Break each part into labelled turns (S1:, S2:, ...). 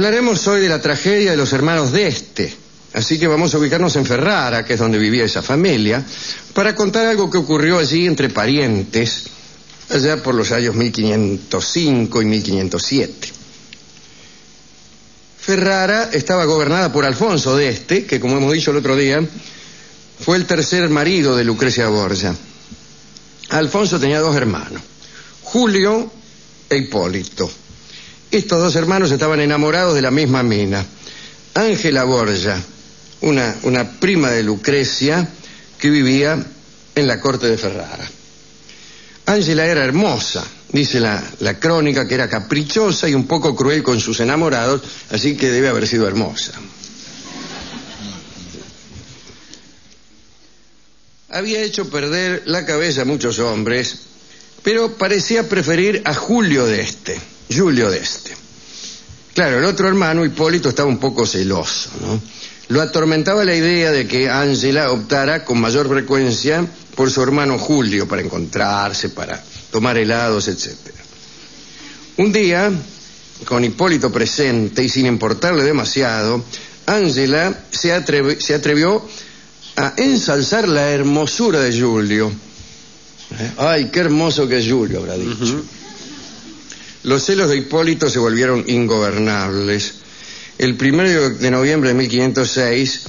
S1: Hablaremos hoy de la tragedia de los hermanos de este. Así que vamos a ubicarnos en Ferrara, que es donde vivía esa familia, para contar algo que ocurrió allí entre parientes, allá por los años 1505 y 1507. Ferrara estaba gobernada por Alfonso de Este, que como hemos dicho el otro día, fue el tercer marido de Lucrecia Borgia. Alfonso tenía dos hermanos, Julio e Hipólito. Estos dos hermanos estaban enamorados de la misma mina. Ángela Borgia, una, una prima de Lucrecia que vivía en la corte de Ferrara. Ángela era hermosa, dice la, la crónica, que era caprichosa y un poco cruel con sus enamorados, así que debe haber sido hermosa. Había hecho perder la cabeza a muchos hombres, pero parecía preferir a Julio de este, Julio de este. Claro, el otro hermano, Hipólito, estaba un poco celoso, ¿no? Lo atormentaba la idea de que Ángela optara con mayor frecuencia por su hermano Julio para encontrarse, para tomar helados, etc. Un día, con Hipólito presente y sin importarle demasiado, Ángela se, atreve- se atrevió a ensalzar la hermosura de Julio. ¿Eh? Ay, qué hermoso que es Julio, habrá dicho. Los celos de Hipólito se volvieron ingobernables. El primero de noviembre de 1506,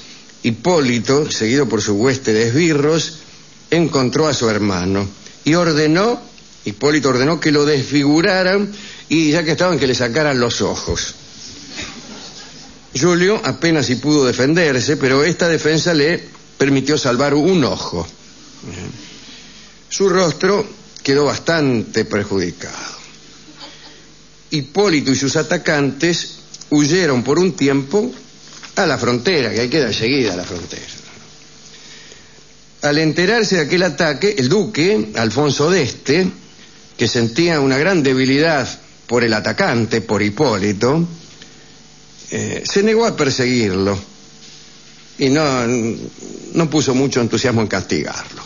S1: Hipólito, seguido por su hueste de esbirros, encontró a su hermano y ordenó, Hipólito ordenó que lo desfiguraran y ya que estaban que le sacaran los ojos. Julio apenas si pudo defenderse, pero esta defensa le permitió salvar un ojo. Su rostro quedó bastante perjudicado. Hipólito y sus atacantes huyeron por un tiempo a la frontera, que ahí queda seguida la frontera. Al enterarse de aquel ataque, el duque, Alfonso d'Este, que sentía una gran debilidad por el atacante, por Hipólito, eh, se negó a perseguirlo y no, no puso mucho entusiasmo en castigarlo.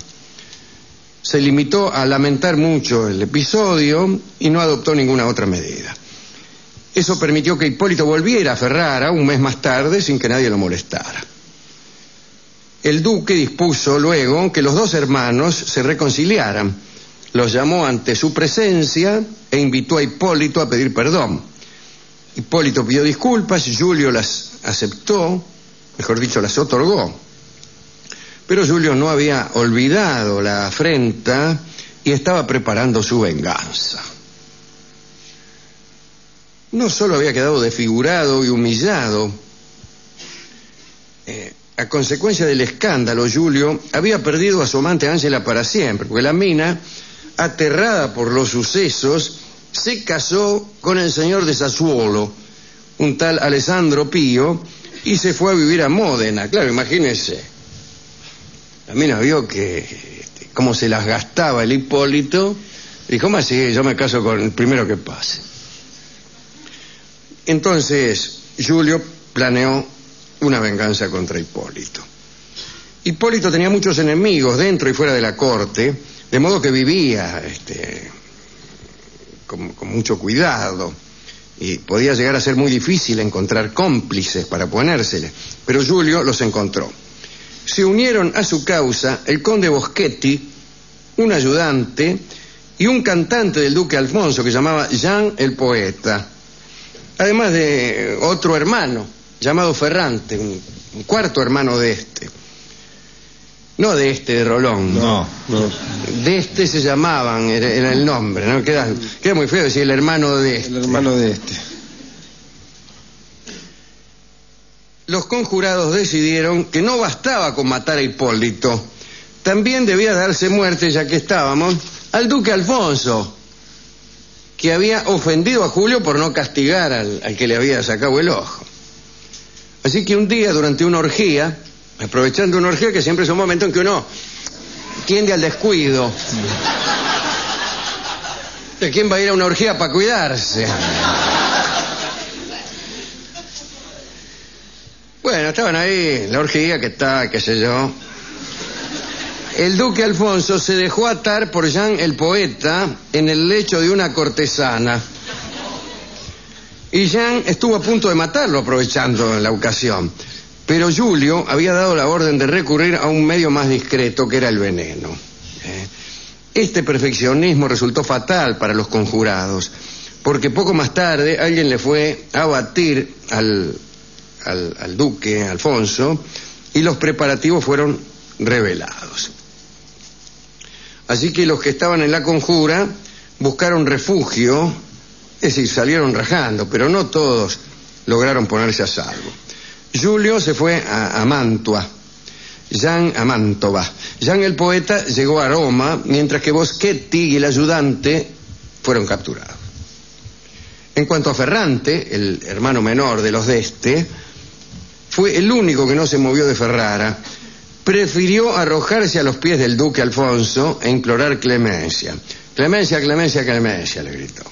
S1: Se limitó a lamentar mucho el episodio y no adoptó ninguna otra medida. Eso permitió que Hipólito volviera a Ferrara un mes más tarde sin que nadie lo molestara. El duque dispuso luego que los dos hermanos se reconciliaran. Los llamó ante su presencia e invitó a Hipólito a pedir perdón. Hipólito pidió disculpas, Julio las aceptó, mejor dicho, las otorgó. Pero Julio no había olvidado la afrenta y estaba preparando su venganza. No solo había quedado desfigurado y humillado, eh, a consecuencia del escándalo, Julio había perdido a su amante Ángela para siempre, porque la mina, aterrada por los sucesos, se casó con el señor de Sassuolo, un tal Alessandro Pío, y se fue a vivir a Módena. Claro, imagínense. La mina vio que este, cómo se las gastaba el Hipólito. Dijo, más así? Yo me caso con el primero que pase. Entonces, Julio planeó una venganza contra Hipólito. Hipólito tenía muchos enemigos dentro y fuera de la corte, de modo que vivía este, con, con mucho cuidado y podía llegar a ser muy difícil encontrar cómplices para ponérsele, pero Julio los encontró. Se unieron a su causa el conde Boschetti, un ayudante y un cantante del duque Alfonso que llamaba Jean el Poeta además de otro hermano llamado Ferrante, un, un cuarto hermano de este. No de este, de Rolón.
S2: No, no.
S1: De este se llamaban, era, era el nombre, ¿no? Queda, queda muy feo decir el hermano de este.
S2: El hermano de este.
S1: Los conjurados decidieron que no bastaba con matar a Hipólito, también debía darse muerte, ya que estábamos, al duque Alfonso, que había ofendido a Julio por no castigar al, al que le había sacado el ojo. Así que un día, durante una orgía, aprovechando una orgía que siempre es un momento en que uno tiende al descuido. ¿De quién va a ir a una orgía para cuidarse? Bueno, estaban ahí, la orgía que está, qué sé yo. El duque Alfonso se dejó atar por Jean el poeta en el lecho de una cortesana. Y Jean estuvo a punto de matarlo aprovechando la ocasión. Pero Julio había dado la orden de recurrir a un medio más discreto que era el veneno. ¿Eh? Este perfeccionismo resultó fatal para los conjurados, porque poco más tarde alguien le fue a batir al, al, al duque Alfonso y los preparativos fueron revelados. Así que los que estaban en la conjura buscaron refugio, es decir, salieron rajando, pero no todos lograron ponerse a salvo. Julio se fue a, a Mantua, Jean a Mantova. Jean el poeta llegó a Roma, mientras que Boschetti y el ayudante fueron capturados. En cuanto a Ferrante, el hermano menor de los de este, fue el único que no se movió de Ferrara. Prefirió arrojarse a los pies del duque Alfonso e implorar clemencia. Clemencia, clemencia, clemencia, le gritó.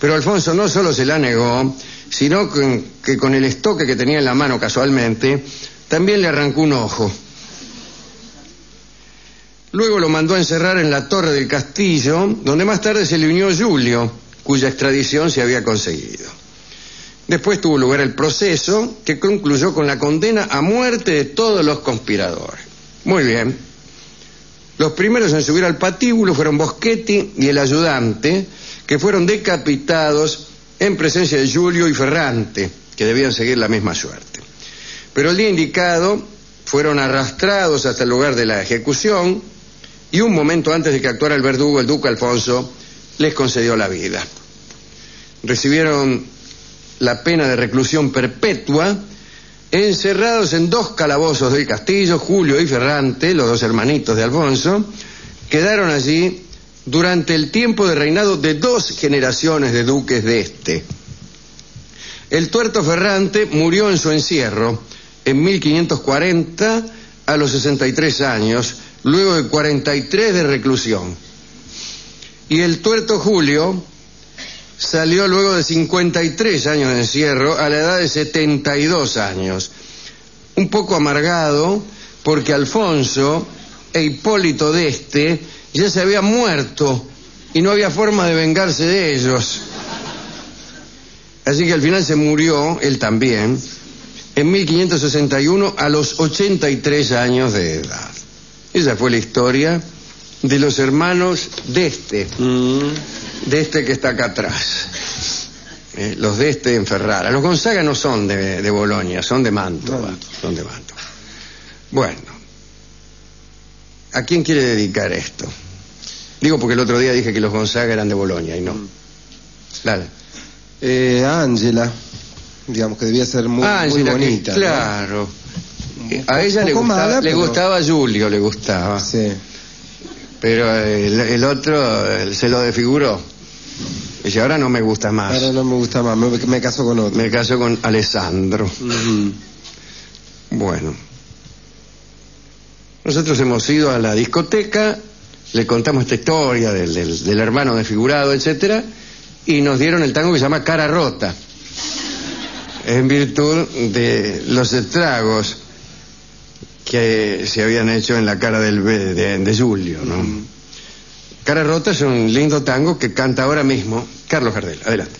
S1: Pero Alfonso no solo se la negó, sino que, que con el estoque que tenía en la mano casualmente, también le arrancó un ojo. Luego lo mandó a encerrar en la torre del castillo, donde más tarde se le unió Julio, cuya extradición se había conseguido. Después tuvo lugar el proceso, que concluyó con la condena a muerte de todos los conspiradores. Muy bien. Los primeros en subir al patíbulo fueron Boschetti y el ayudante, que fueron decapitados en presencia de Julio y Ferrante, que debían seguir la misma suerte. Pero el día indicado fueron arrastrados hasta el lugar de la ejecución, y un momento antes de que actuara el verdugo, el duque Alfonso les concedió la vida. Recibieron la pena de reclusión perpetua, encerrados en dos calabozos del castillo, Julio y Ferrante, los dos hermanitos de Alfonso, quedaron allí durante el tiempo de reinado de dos generaciones de duques de este. El tuerto Ferrante murió en su encierro en 1540 a los 63 años, luego de 43 de reclusión. Y el tuerto Julio salió luego de 53 años de encierro a la edad de 72 años, un poco amargado porque Alfonso e Hipólito de este ya se habían muerto y no había forma de vengarse de ellos. Así que al final se murió, él también, en 1561 a los 83 años de edad. Esa fue la historia de los hermanos de este,
S3: Mm.
S1: de este que está acá atrás. Eh, los de este en Ferrara. Los Gonzaga no son de, de Bolonia, son de Mantova. Son de Mantova. Bueno, ¿a quién quiere dedicar esto? Digo porque el otro día dije que los Gonzaga eran de Bolonia y no. Dale.
S2: Eh, Ángela, digamos que debía ser muy,
S1: Ah,
S2: muy
S1: Angela, que-
S2: bonita. ¿no?
S1: claro. Eh, A ella
S2: Un
S1: le
S2: poco
S1: gustaba,
S2: mala,
S1: le
S2: pero-
S1: gustaba Julio, le gustaba.
S2: Sí.
S1: Pero el, el otro eh, se lo desfiguró. Dice, ahora no me gusta
S3: Ah.
S1: más.
S2: Ahora no me gusta más, me, me caso con otro.
S1: Me caso con Alessandro.
S3: Mm-hmm.
S2: Ujú.
S1: Bueno. Nosotros hemos ido a la discoteca, le contamos esta historia del, del- del hermano desfigurado, etcétera, y nos dieron el tango que se llama Cara Rota, en virtud de los estragos que se habían hecho en la cara del, be- de, de Julio, ¿no? Cara Rota es un lindo tango que canta ahora mismo Carlos Gardel. Adelante.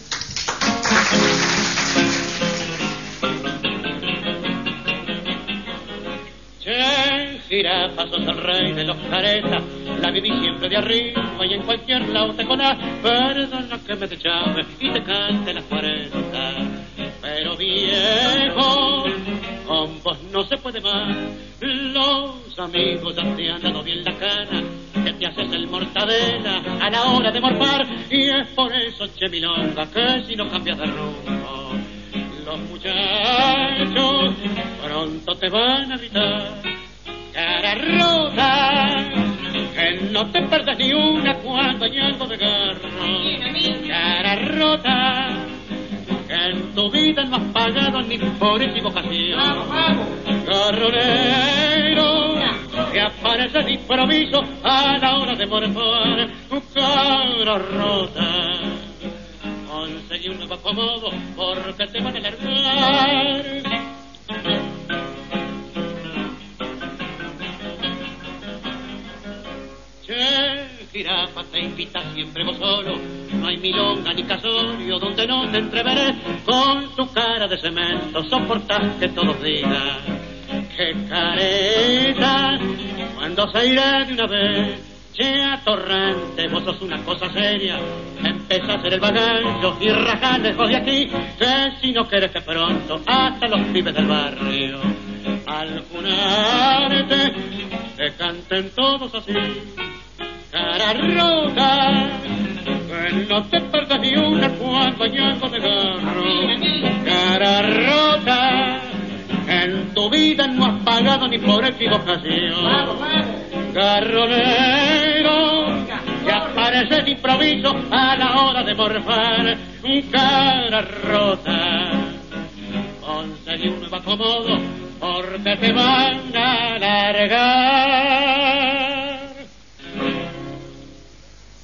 S4: Che, jirafa, sos el rey de los caretas, la viví siempre de arriba y en cualquier lado te conás, perdona que me te llame y te cante las cuarenta. Pero viejo, con vos no se puede más, los amigos ya te han dado bien la cana, que te haces el mortadela a la hora de morfar, y es por eso, che, milonga, que si no cambias de rumbo, los muchachos pronto te van a gritar cara rota que no te perdas ni una cuando hay algo de garro cara rota que en tu vida no has pagado ni por equivocación garronero que aparece de improviso a la hora de morfar cara rota conseguí un nuevo acomodo porque te van a largar. Che, jirafa, te invita siempre vos solo no hay milonga ni casorio donde no te entreveré con tu cara de cemento. Soportas que todos digan que careta cuando se irá de una vez. Chea Torrante, vos sos una cosa seria. Empezá a hacer el bagallo y rajá lejos de aquí. Que si no quieres que pronto hasta los pibes del barrio alguna arte te canten todos así. Cara roja, que no te perdas ni una cuando añaco de garro. Cara rota, en tu vida no has pagado ni por equivocación garronero que aparece de improviso a la hora de morfar un cara rota. Conseguí un nuevo acomodo porque te van a largar.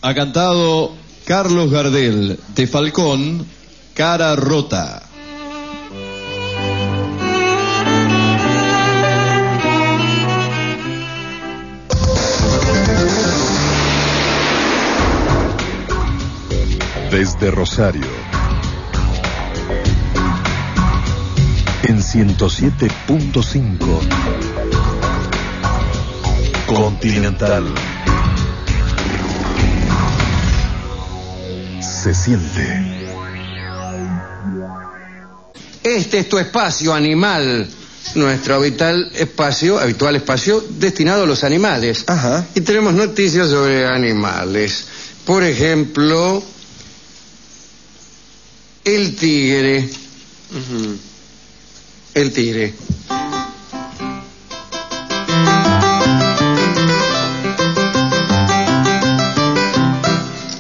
S3: Ha cantado Carlos Gardel de Falcón, Cara Rota.
S5: Desde Rosario. En 107.5. Continental. Se siente.
S1: Este es tu espacio animal, nuestro habitual espacio, habitual espacio destinado a los animales.
S2: Ajá.
S1: Y tenemos noticias sobre animales. Por ejemplo, el tigre. El tigre.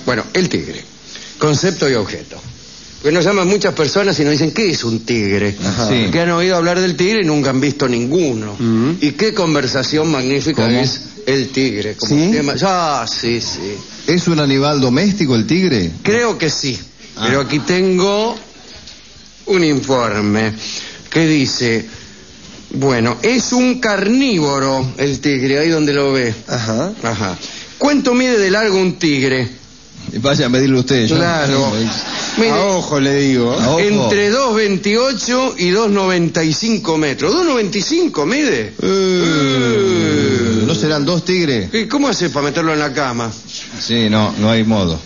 S1: Bueno, el tigre. Concepto y objeto. Porque nos llaman muchas personas y nos dicen, ¿qué es un tigre?
S2: Ajá.
S3: Sí.
S1: Que han oído hablar del tigre y nunca han visto ninguno.
S2: Mm.
S1: Y qué conversación magnífica
S3: ¿Cómo?
S1: es el tigre. Como
S2: ¿Sí?
S1: tema. Ah, sí, sí.
S3: ¿Es un animal doméstico el tigre?
S1: Creo que sí,
S3: Ah.
S1: pero aquí tengo un informe que dice, bueno, es un carnívoro el tigre, ahí donde lo ve.
S2: Ajá.
S1: Ajá. ¿Cuánto mide de largo un tigre?
S3: Vaya a medirlo usted. yo-
S1: Claro. Mire,
S2: A ojo le digo.
S3: A Ah, ojo.
S1: entre 2,28 y 2,95 metros. ¿2,95 mide?
S2: Uh.
S3: Eh, ¿No serán dos tigres?
S1: ¿Y ¿Cómo hace para meterlo en la cama?
S3: Sí, no, no hay modo.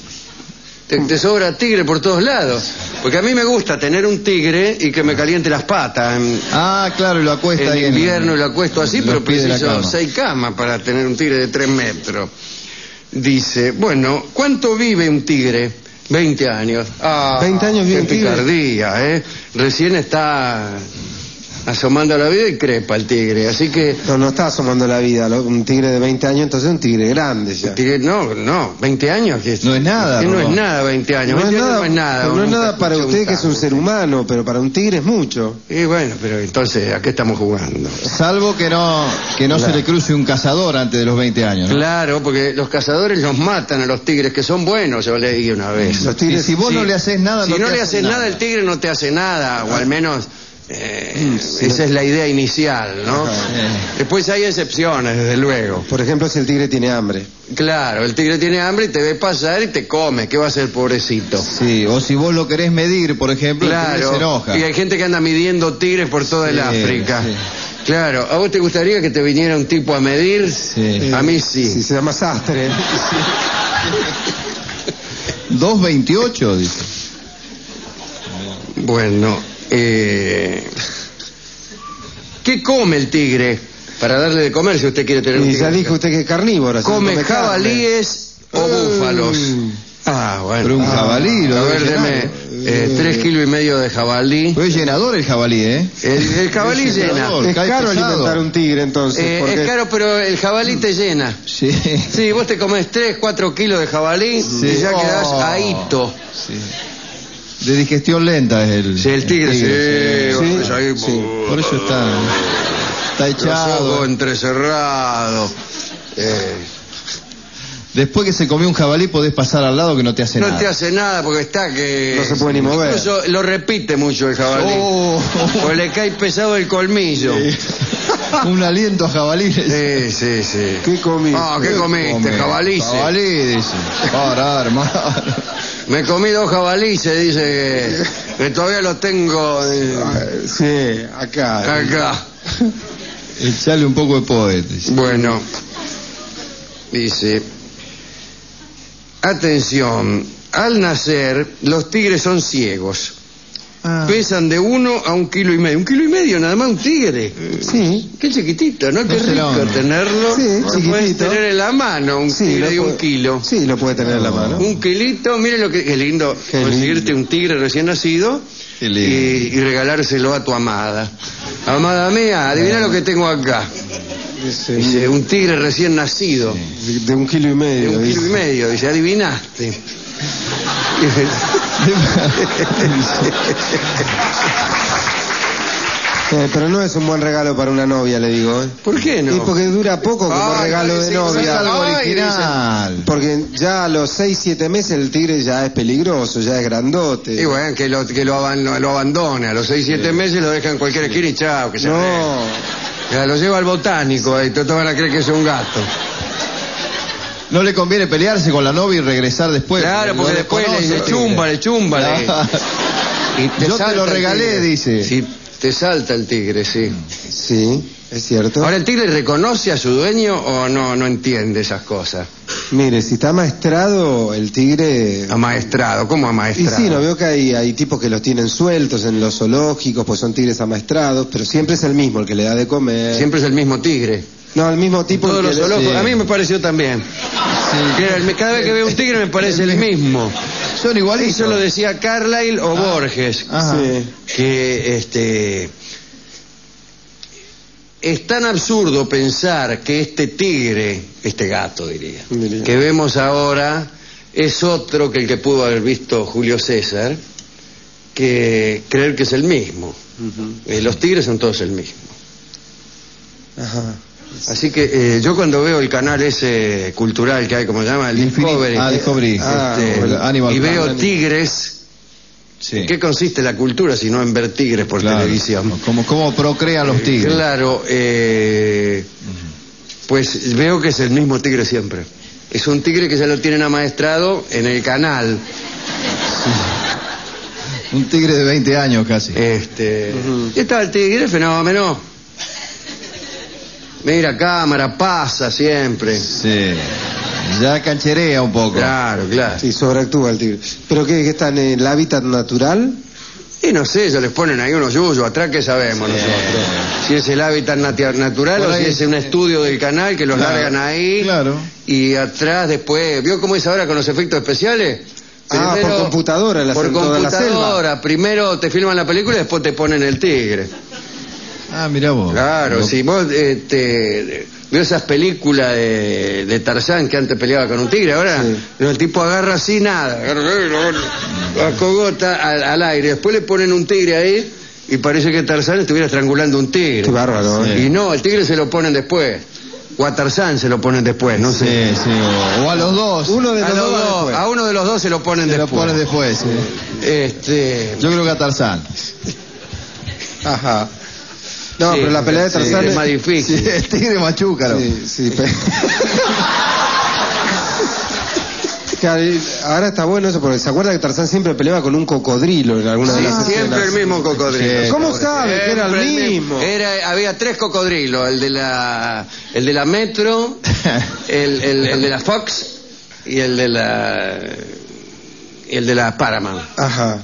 S1: Te, te sobra tigre por todos lados. Porque a mí me gusta tener un tigre y que me caliente las patas. en-
S3: Ah, claro, y lo acuesta ahí
S1: en
S3: en-
S1: invierno lo acuesto así,
S3: en
S1: pero
S3: los pies de la
S1: preciso
S3: cama.
S1: seis camas para tener un tigre de tres metros. Dice, bueno, ¿cuánto vive un tigre? 20 años. Ah,
S2: 20 años vive
S1: qué
S2: un tigre.
S1: picardía, ¿eh? Recién está asomando a la vida y crepa el tigre. Así que,
S2: No, no está asomando la vida. lo- Un tigre de 20 años, entonces un tigre grande ya.
S1: tigre, no, no, 20 años. que
S3: No es nada,
S1: que no es
S3: Rubén.
S1: nada 20 años. 20 años no es nada.
S2: no
S1: Nunca
S2: es nada para
S1: escuché
S2: usted que es un
S1: tango.
S2: ser humano, pero para un tigre es mucho.
S1: Y bueno, pero entonces, ¿a qué estamos jugando?
S3: Salvo que no, que no se le cruce un cazador antes de los 20 años. ¿no?
S1: Claro, porque los cazadores los matan a los tigres, que son buenos, yo leí una vez.
S2: Los tigres,
S3: Y si vos no
S2: sí.
S3: le haces nada,
S1: si
S3: no
S1: no,
S3: te
S1: le
S3: hace
S1: haces nada,
S3: nada.
S1: el tigre no te hace nada, o al menos eh,
S2: Sí.
S1: esa es la idea inicial, ¿no? Después hay excepciones, desde luego.
S2: Por ejemplo, si el tigre tiene hambre.
S1: Claro, el tigre tiene hambre y te ve pasar y te come, ¿qué va a hacer pobrecito?
S3: Sí, o si vos lo querés medir, por ejemplo, el tigre se
S1: Claro,
S3: enoja.
S1: y hay gente que anda midiendo tigres por toda el
S3: Sí,
S1: África.
S3: sí.
S1: Claro, ¿a vos te gustaría que te viniera un tipo a medir?
S3: Sí.
S1: A mí
S2: Eh, Si se llama sastre.
S3: 2.28, dice.
S1: Bueno, eh, ¿qué come el tigre? Para darle de comer, si usted quiere tener un
S2: Y
S1: tigre.
S2: ya dijo usted que es carnívoro. así que
S1: ¿Come eh.
S2: carne.
S1: jabalíes o
S2: Mm.
S1: búfalos? Ah, bueno.
S3: Pero un
S1: Ah,
S3: jabalí, lo
S1: A
S3: debe
S1: ver,
S3: llenar.
S1: deme eh, tres kilos y medio de jabalí.
S3: Pero es llenador el jabalí, ¿eh?
S1: El, el jabalí
S3: Es
S1: llena.
S3: llenador.
S2: Es
S3: Cae
S2: caro
S3: pesado.
S2: alimentar un tigre entonces.
S1: Eh,
S2: porque
S1: es caro, pero el jabalí te llena.
S3: Sí.
S1: Sí, vos te comes tres, cuatro kilos de jabalí y ya quedás
S3: Oh.
S1: ahito.
S3: Sí. De digestión lenta es el.
S1: Sí, el tigre, sí,
S3: sí.
S1: vos ahí,
S3: Sí, Por eso está. Está
S1: Los ojos
S3: echado.
S1: entrecerrados. Eh,
S3: Después que se comió un jabalí, podés pasar al lado que no te hace
S1: No
S3: nada.
S1: te hace nada porque está que...
S2: No se puede ni mover.
S1: Incluso lo repite mucho el jabalí.
S3: Oh.
S1: O le cae pesado el colmillo.
S3: un aliento a jabalí.
S1: Sí, sí, sí.
S2: ¿Qué comí?
S1: Ah, ¿qué comiste?
S3: Come.
S1: Jabalice.
S3: Jabalí, dice. Ahora, hermano.
S1: Me comí dos jabalíes, dice que, que todavía los tengo eh,
S2: Ah, Sí, acá.
S1: acá.
S3: Echale un poco de poetes.
S1: Bueno, dice, atención, al nacer los tigres son ciegos. Pesan de uno a un kilo y medio. Un kilo y medio, nada más un tigre.
S2: Sí.
S1: Qué chiquitito, ¿no? Qué
S3: No se
S1: rico
S3: lo-
S1: tenerlo.
S2: Sí,
S1: lo puedes
S2: chiquitito.
S1: tener en la mano un tigre
S2: lo
S1: y un
S2: puede-
S1: kilo.
S2: Sí, lo puede tener en la mano.
S1: Un kilito, mire lo que qué lindo
S2: Qué
S1: conseguirte un tigre recién nacido
S3: Qué lindo.
S1: Y, y regalárselo a tu amada. Amada mía, adivina lo que tengo acá.
S2: Dice,
S1: Dice, un tigre recién nacido.
S2: de, de un kilo y
S1: De
S2: medio.
S1: un kilo y
S2: dice.
S1: medio, dice, adivinaste.
S2: Eh, pero no es un buen regalo para una novia, le digo. ¿eh?
S1: ¿Por qué no?
S2: Y porque dura poco como
S1: Ay,
S2: regalo
S1: parece
S2: de
S1: que no es
S2: novia.
S1: algo original.
S3: dicen.
S2: Porque ya a los 6, 7 meses el tigre ya es peligroso, ya es grandote.
S1: Y bueno, que lo, que lo, aban- lo abandone. A los 6, 7 meses lo dejan en cualquier esquina y chao, que se arregle.
S2: no,
S1: Ya, lo lleva al botánico y todos van a creer que es un gato.
S3: No le conviene pelearse con la novia y regresar después.
S1: claro, porque
S3: lo
S1: después le
S3: desconoce,
S1: dice,
S3: ¿no?
S1: chúmbale, chúmbale.
S3: Claro.
S1: Y
S3: Yo te
S1: salta
S3: lo
S1: el
S3: regalé,
S1: tigre.
S3: dice.
S1: Sí, te salta el tigre, sí.
S2: sí, es cierto.
S1: Ahora, ¿el tigre reconoce a su dueño o no, no entiende esas cosas?
S2: Mire, si está maestrado, el tigre...
S1: Amaestrado, ¿cómo
S2: Y
S1: amaestrado?
S2: sí, no veo que hay, hay tipos que los tienen sueltos en los zoológicos, pues son tigres amaestrados, pero siempre es el mismo el que le da de comer.
S1: Siempre es el mismo tigre.
S2: No, el mismo tipo
S1: Todos
S2: el
S1: los
S2: que le-
S1: zoológicos.
S2: Sí.
S1: A mí me pareció también. Que era el- cada vez que veo un tigre me parece el mismo.
S3: Son igualitos.
S1: Eso lo decía Carlyle o Borges,
S3: Ah, Ajá.
S2: Sí.
S1: que este es tan absurdo pensar que este tigre, este gato diría,
S2: Diría.
S1: que vemos ahora es otro que el que pudo haber visto Julio César, que creer que es el mismo. Eh, los tigres son todos el mismo.
S2: Ajá.
S1: Así que eh, yo cuando veo el canal ese cultural que hay, como se llama, el
S3: Infinito-
S1: Discovery,
S3: ah, Discovery.
S2: Ah,
S1: este,
S3: el Animal
S1: y veo
S3: Planet.
S1: tigres,
S3: Sí.
S1: ¿en ¿qué consiste la cultura si no en ver tigres por
S3: Claro.
S1: televisión?
S3: Como, como procrean los tigres.
S1: Claro, eh, pues veo que es el mismo tigre siempre. Es un tigre que ya lo tienen amaestrado en el canal.
S3: Un tigre de 20 años casi.
S1: Este,
S2: Ujú.
S1: y está el tigre, fenómeno. Mira, cámara, pasa siempre.
S3: Sí. Ya cancherea un poco.
S1: Claro, claro.
S2: Sí, sobreactúa el tigre. ¿Pero qué, que está en el hábitat natural?
S1: Y no sé, ellos les ponen ahí unos yuyos atrás que sabemos nosotros. Si es el hábitat nati- natural
S3: Por
S1: o si
S3: ahí-
S1: es un estudio del canal que los
S3: Claro,
S1: largan ahí.
S3: claro.
S1: Y atrás después, ¿vio cómo es ahora con los efectos especiales?
S2: Ah, por computadora la
S1: Por
S2: hacen toda la
S1: computadora. Primero te filman la película y después te ponen el tigre.
S3: Ah, mira vos.
S1: Claro,
S3: Lo-
S1: si vos eh, te- vio esas películas de, de Tarzán que antes peleaba con un tigre, ahora
S2: Sí.
S1: el tipo agarra eh, así nada, la cogota al, al aire, después le ponen un tigre ahí y parece que Tarzán estuviera estrangulando un tigre.
S2: Qué bárbaro, ¿eh?
S1: Y no, el tigre se lo ponen después, o a Tarzán se lo ponen después, no sé.
S3: Sí, sí. O, o a los dos.
S2: Uno de
S1: A,
S2: los
S1: los
S2: dos va
S1: dos-
S2: después.
S1: a uno de los dos se lo ponen
S3: Se lo
S1: después.
S3: pones después. sí.
S1: Este,
S3: Yo creo que a Tarzán.
S2: Ajá. No,
S1: Sí,
S2: pero la pelea de
S1: sí,
S2: Tarzán
S1: es más difícil.
S3: Sí, el tigre machúcaro.
S2: Sí, sí, pe- Claro, y ahora está bueno eso, porque se acuerda que Tarzán siempre peleaba con un cocodrilo en alguna de
S1: Sí,
S2: las
S1: siempre
S2: escenas?
S1: el mismo cocodrilo.
S3: Sí,
S2: ¿Cómo
S1: Siempre.
S2: sabe que era el
S1: Siempre
S2: mismo?
S1: Era, había tres cocodrilos, el de la, el de la Metro, el, el- el de la Fox y el de la, y el de la Paramount.
S2: Ajá.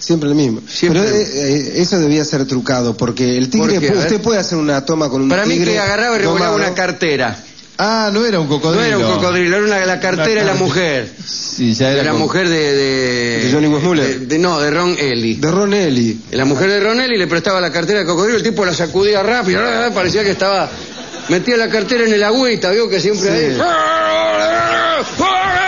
S2: Siempre el mismo.
S1: Siempre.
S2: Pero eh, eh, eso debía ser trucado, porque el tigre,
S1: ¿Por qué? A ver.
S2: usted puede hacer una toma con un
S1: Para mí
S2: tigre
S1: que agarraba y revolaba
S2: domado.
S1: una cartera.
S3: Ah, no era un
S1: No
S3: cocodrilo.
S1: era un cocodrilo, era una- la cartera de la
S3: carte-
S1: mujer.
S3: Sí, ya era.
S1: De la
S3: co-
S1: mujer de... De,
S2: ¿De Johnny Westmuller?
S1: de- de- no, de Ron Ellie.
S2: De Ronelli.
S1: La mujer de Ronelli le prestaba la cartera de cocodrilo, el tipo la sacudía rápido, ¡ah! parecía que estaba... Metía la cartera en el agüita, vio que siempre ahí...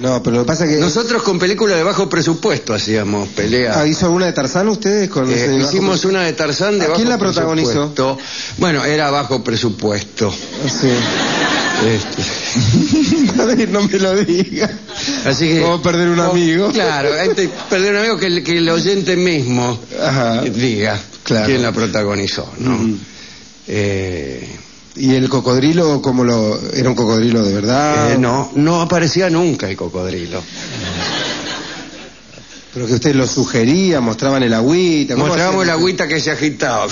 S2: No, pero lo que pasa es que.
S1: Nosotros con películas de bajo presupuesto hacíamos
S2: Ah,
S1: peleas.
S2: ¿Hizo alguna de Tarzán ustedes? Con
S1: Eh,
S2: ese bajo
S1: hicimos una de Tarzán de
S2: ¿A
S1: bajo
S2: quién la protagonizó?
S1: presupuesto. Bueno, era bajo presupuesto.
S2: Sí.
S1: Este,
S2: A ver, no me lo diga.
S1: Así que,
S2: Como perder un amigo.
S1: Claro, este, perder un amigo que, el- que el oyente mismo
S2: Ajá.
S1: diga
S2: Claro. Mm.
S1: quién la protagonizó, ¿no?
S2: Ujú.
S1: Eh,
S2: ¿Y el cocodrilo, como lo.? ¿Era un cocodrilo de verdad?
S1: eh, no, no aparecía nunca el cocodrilo.
S2: Pero que usted lo sugería, mostraban el agüita. ¿cómo
S1: Mostrábamos
S2: hacían?
S1: la agüita que se agitaba.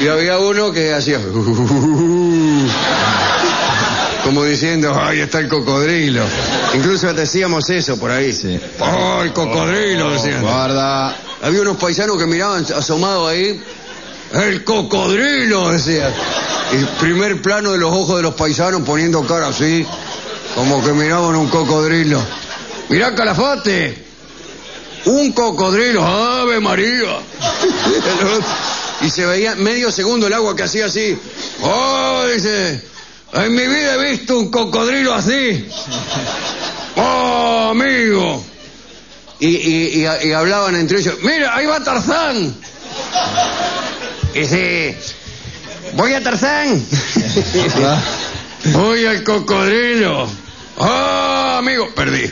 S1: Y había uno que hacía. Como diciendo, ¡ay, está el cocodrilo! Incluso decíamos eso por ahí.
S3: Sí.
S1: ¡Oh, el cocodrilo! decían.
S3: Guarda.
S1: Había unos paisanos que miraban asomados ahí. ¡El cocodrilo! Decía. El primer plano de los ojos de los paisanos poniendo cara así, como que miraban un cocodrilo. ¡Mirá, calafate! ¡Un cocodrilo! ¡Ave María! y se veía medio segundo el agua que hacía así. ¡Oh! Dice. En mi vida he visto un cocodrilo así. ¡Oh, amigo! y, y- y- y hablaban entre ellos, mira, ahí va Tarzán. Y dice, voy a Tarzán. voy al cocodrilo. Ah, amigo, perdí.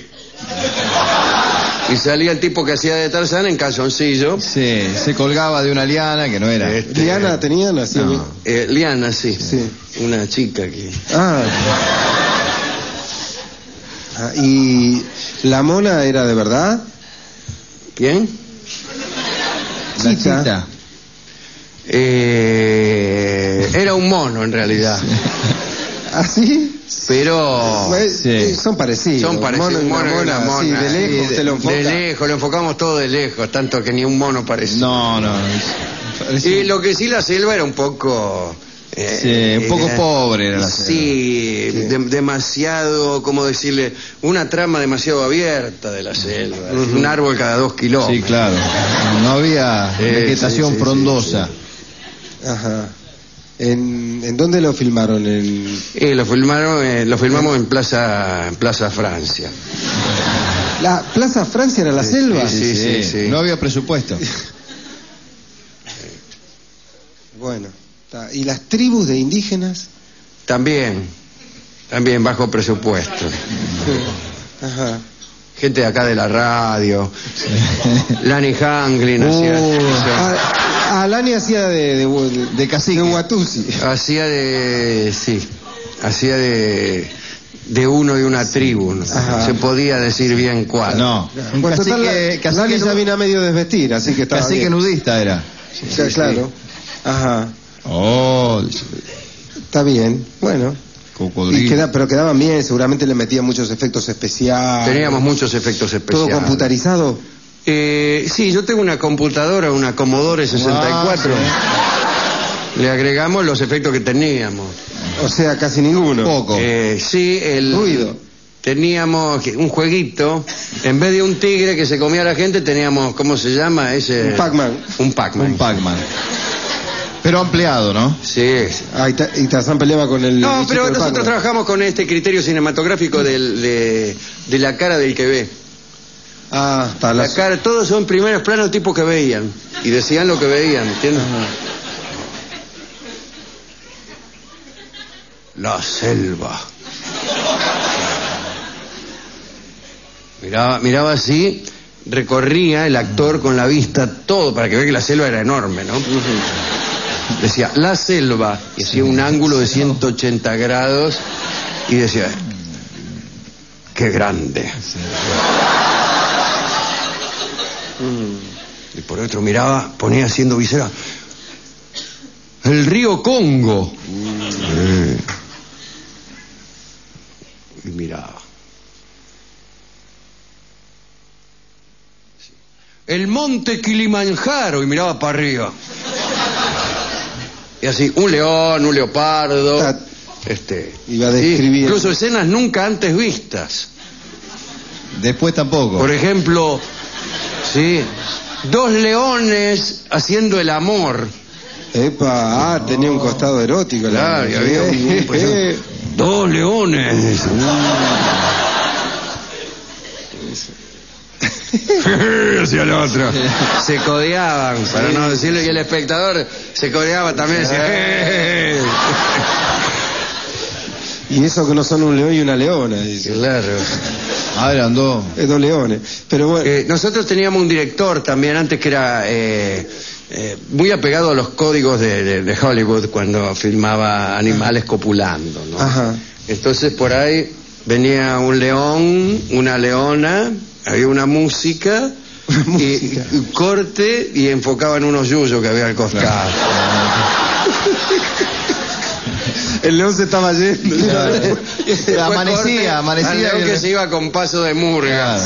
S1: Y salía el tipo que hacía de Tarzán en calzoncillo.
S3: Sí, se colgaba de una liana que no era.
S2: Eh,
S1: Este,
S2: ¿Diana tenían así?
S3: No.
S1: eh, Liana, sí.
S2: Sí.
S1: Una chica que...
S2: Ah. Ah, ¿Y la mona era de verdad?
S1: ¿Quién?
S3: La
S2: Chica.
S3: chita.
S1: Eh, era un mono en realidad.
S2: Ah, ¿Así?
S1: Pero...
S3: Sí.
S2: eh, Son parecidos.
S1: Son parecidos.
S2: Mono y una
S1: mono y una
S2: mona, así,
S1: mona.
S2: de lejos
S1: Sí,
S2: se lo enfoca.
S1: de lejos, lo enfocamos todo de lejos, tanto que ni un mono parecía.
S3: No, no.
S1: Y lo que sí la selva era un poco... eh,
S3: Sí, un poco pobre era la
S1: Sí, de- demasiado, ¿cómo decirle? Una trama demasiado abierta de la selva. Un árbol cada dos kilómetros.
S3: Sí, claro. No había
S2: Eh,
S1: Sí,
S3: vegetación
S1: sí, sí,
S3: frondosa.
S1: sí,
S2: Ajá. ¿En, en dónde lo filmaron? En...
S1: Eh, lo, filmaron, eh, lo filmamos en Plaza, en Plaza Francia.
S2: La Plaza Francia era la selva.
S1: sí, sí, sí.
S3: No había presupuesto.
S2: Bueno. está. ¿Y las tribus de indígenas?
S1: También, también bajo presupuesto.
S2: Ajá.
S1: Gente de acá de la radio, Lani Hanglin hacía,
S2: Uh. A- Alani hacía de, de, de,
S3: De cacique.
S2: Watusi.
S1: hacía de sí, hacía de de uno de una tribu, ¿no?
S2: Ajá.
S1: se podía decir bien cuál.
S3: No. Un
S2: Bueno, total,
S3: cacique,
S2: la- Lani
S3: cacique,
S2: ya
S3: nu-
S2: vino a medio desvestir, así que estaba
S3: cacique
S2: bien.
S3: nudista era.
S2: O sea, claro. Ajá.
S3: Oh,
S2: Está bien. Bueno.
S3: cocodrilo.
S2: Y queda, pero quedaban bien, seguramente le metían muchos efectos especiales.
S1: Teníamos muchos efectos especiales.
S2: Todo computarizado.
S1: Eh, sí, yo tengo una computadora, una Commodore 64.
S2: Ah,
S1: Le agregamos los efectos que teníamos.
S2: O sea, casi ninguno.
S3: Poco.
S1: Eh, sí, el
S2: Oh. Ruido.
S1: Teníamos que- un jueguito, en vez de un tigre que se comía a la gente, teníamos, ¿cómo se llama? Ese...
S2: Un Pac-Man.
S1: Un Pac-Man.
S3: Un Pac-Man. Pero ampliado, ¿no?
S1: Sí, sí.
S2: Ah, y, Ta- y Tarzán peleaba con el.
S1: No,
S2: bichito
S1: pero
S2: del
S1: nosotros
S2: Pac-Man.
S1: trabajamos con este criterio cinematográfico del- de, de la cara del que ve.
S2: Ah, está la.
S1: La cara, todos son primeros planos tipo que veían. Y decían lo que veían, ¿entiendes? La selva. Miraba, miraba así, recorría el actor con la vista todo para que vea que la selva era enorme, ¿no? Decía, la selva, y hacía un ángulo de 180 grados y decía, qué grande. Y por otro miraba, ponía haciendo visera, el río Congo. Eh. Y miraba. El monte Kilimanjaro y miraba para arriba. Y así, un león, un leopardo.
S2: Ah.
S1: Este,
S2: Iba
S1: sí,
S2: describiendo.
S1: incluso escenas nunca antes vistas.
S3: Después tampoco.
S1: Por ejemplo, sí, dos leones haciendo el amor.
S2: Epa, ah, tenía un costado erótico. la-
S1: Claro, y había un- un- pues,
S2: Eh,
S1: dos leones. Hacia la otra. Se codeaban, para no decirlo, y el espectador se codeaba también. decía, "Eh".
S2: Y eso que no son un león y una leona, dice.
S1: Claro.
S3: A ver, andó.
S2: Es dos leones. Pero bueno,
S1: Eh, nosotros teníamos un director también antes que era eh, eh, muy apegado a los códigos de, de- de Hollywood cuando filmaba animales copulando, ¿no?
S2: Ajá.
S1: Entonces por ahí venía un león, una leona, había una música, y-
S2: Música.
S1: Y, corte y enfocaban unos yuyos que había al costado.
S2: el león se estaba yendo.
S1: Después corte
S3: amanecía,
S1: al
S3: amanecía.
S1: león
S3: y-
S1: que se iba con paso de murga.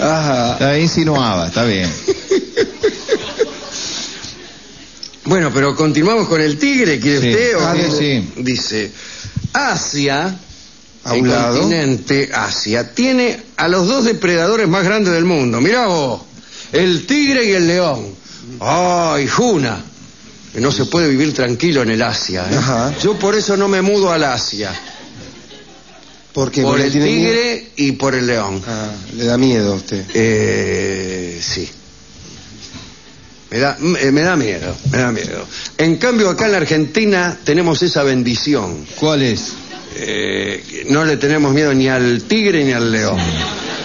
S2: Ajá.
S3: La insinuaba, está bien.
S1: Bueno, pero continuamos con el tigre, ¿quiere
S3: Sí.
S1: usted?
S3: Ah,
S1: qué?
S3: sí, sí.
S1: Dice, Asia,
S2: A
S1: el
S2: un lado.
S1: continente Asia, tiene a los dos depredadores más grandes del mundo. Mirá vos, el tigre y el león. ¡Ay, Juna! Que no se puede vivir tranquilo en el Asia. ¿eh?
S2: Ajá.
S1: Yo por eso no me mudo al Asia.
S2: Porque
S1: por
S2: le
S1: el
S2: tiene miedo.
S1: tigre y por el león.
S2: Ah, le da miedo a usted.
S1: Eh, sí. Me da, eh, me me da miedo, me da miedo. En cambio, acá en la Argentina tenemos esa bendición.
S3: ¿Cuál es?
S1: Eh, no le tenemos miedo ni al tigre ni al león.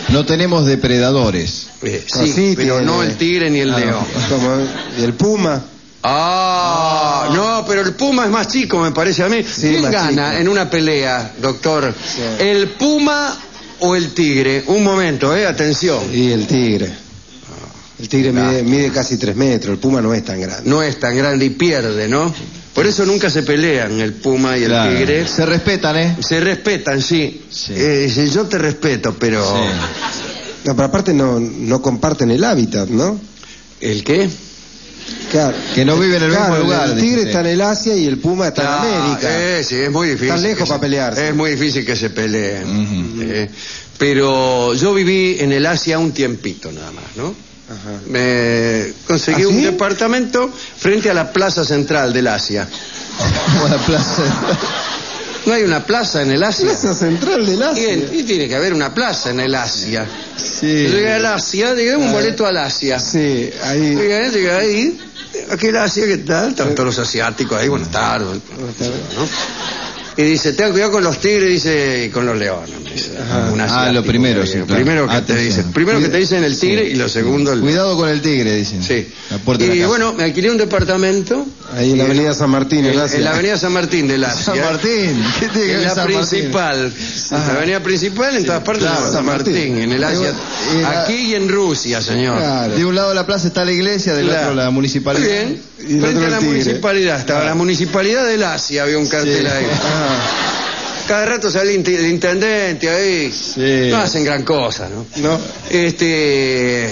S3: No tenemos depredadores.
S1: Eh, sí,
S2: Ah, sí,
S1: pero
S2: tiene.
S1: no el tigre ni el
S2: Ah,
S1: león.
S2: como- y el puma.
S1: Ah, no, pero el puma es más chico, me parece a mí.
S2: Sí,
S1: ¿Quién
S2: más
S1: gana
S2: chico.
S1: en una pelea, doctor?
S2: Sí.
S1: ¿El puma o el tigre? Un momento, eh, atención.
S2: Y el tigre. El tigre mide, mide casi tres metros, el puma no es tan grande.
S1: no es tan grande y pierde, ¿no? Por eso nunca se pelean el puma y el
S3: Claro.
S1: tigre.
S3: Se respetan, ¿eh?
S1: Se respetan, sí.
S3: Sí.
S1: Eh, dice, yo te respeto, pero...
S3: Sí.
S2: No, pero aparte no, no comparten el hábitat, ¿no?
S1: ¿El qué?
S2: Claro.
S3: Que no viven en el mismo
S2: Claro,
S3: lugar,
S2: El
S3: dice
S2: tigre
S3: usted.
S2: está en el Asia y el puma está
S1: Ah,
S2: en América.
S1: eh, sí, es muy difícil.
S2: Están lejos
S1: que se-
S2: para pelearse.
S1: Es muy difícil que se peleen.
S3: Ujú.
S1: Eh, pero yo viví en el Asia un tiempito nada más, ¿no?
S2: Ajá.
S1: Me conseguí
S2: ¿Ah,
S1: un
S2: sí?
S1: departamento frente a la plaza central del Asia.
S3: Como la plaza.
S1: ¿No hay una plaza en el Asia?
S2: Plaza central del Asia.
S1: Bien, y tiene que haber una plaza en el Asia.
S3: Sí.
S1: Llegué al Asia, diga un boleto al Asia.
S2: Sí, ahí.
S1: Llegué, llegué ahí, aquí el Asia, ¿qué tal? Están todos los asiáticos ahí, buenas tardes. ¿no? Y dice, ten cuidado con los tigres, dice, y con los leones. me dice. Un
S3: Ah,
S1: asiático,
S3: lo primero, sí,
S1: eh,
S3: claro.
S1: Primero que te
S3: Atención.
S1: dicen, primero que te dicen el tigre
S3: Sí.
S1: y lo segundo el
S3: Cuidado con el tigre, dicen.
S1: Sí.
S3: La puerta
S1: y
S3: de la casa.
S1: bueno, me alquilé un departamento
S2: Ahí en la Avenida San Martín,
S1: en,
S2: el
S1: en la
S2: Asia.
S1: avenida San Martín del Asia.
S3: San Martín. ¿Qué tiene que
S1: En
S3: ver
S1: la
S3: San Martín?
S1: principal. En la avenida principal, en todas partes,
S2: claro,
S1: San,
S2: San
S1: Martín.
S2: Martín.
S1: En el Asia.
S3: Y la-
S1: Aquí y en Rusia, señor.
S2: Claro.
S3: De un lado de la plaza está la iglesia, del
S1: Claro.
S3: otro la municipalidad.
S1: Bien.
S2: Y el
S1: Frente
S2: otro
S1: a la
S2: el tigre.
S1: municipalidad. Estaba la municipalidad del Asia, había un cartel
S3: Sí.
S1: ahí.
S2: Ah,
S1: Cada rato salía inte- el intendente ahí.
S3: Sí.
S1: No hacen gran cosa, ¿no?
S2: Ah, no,
S1: Este.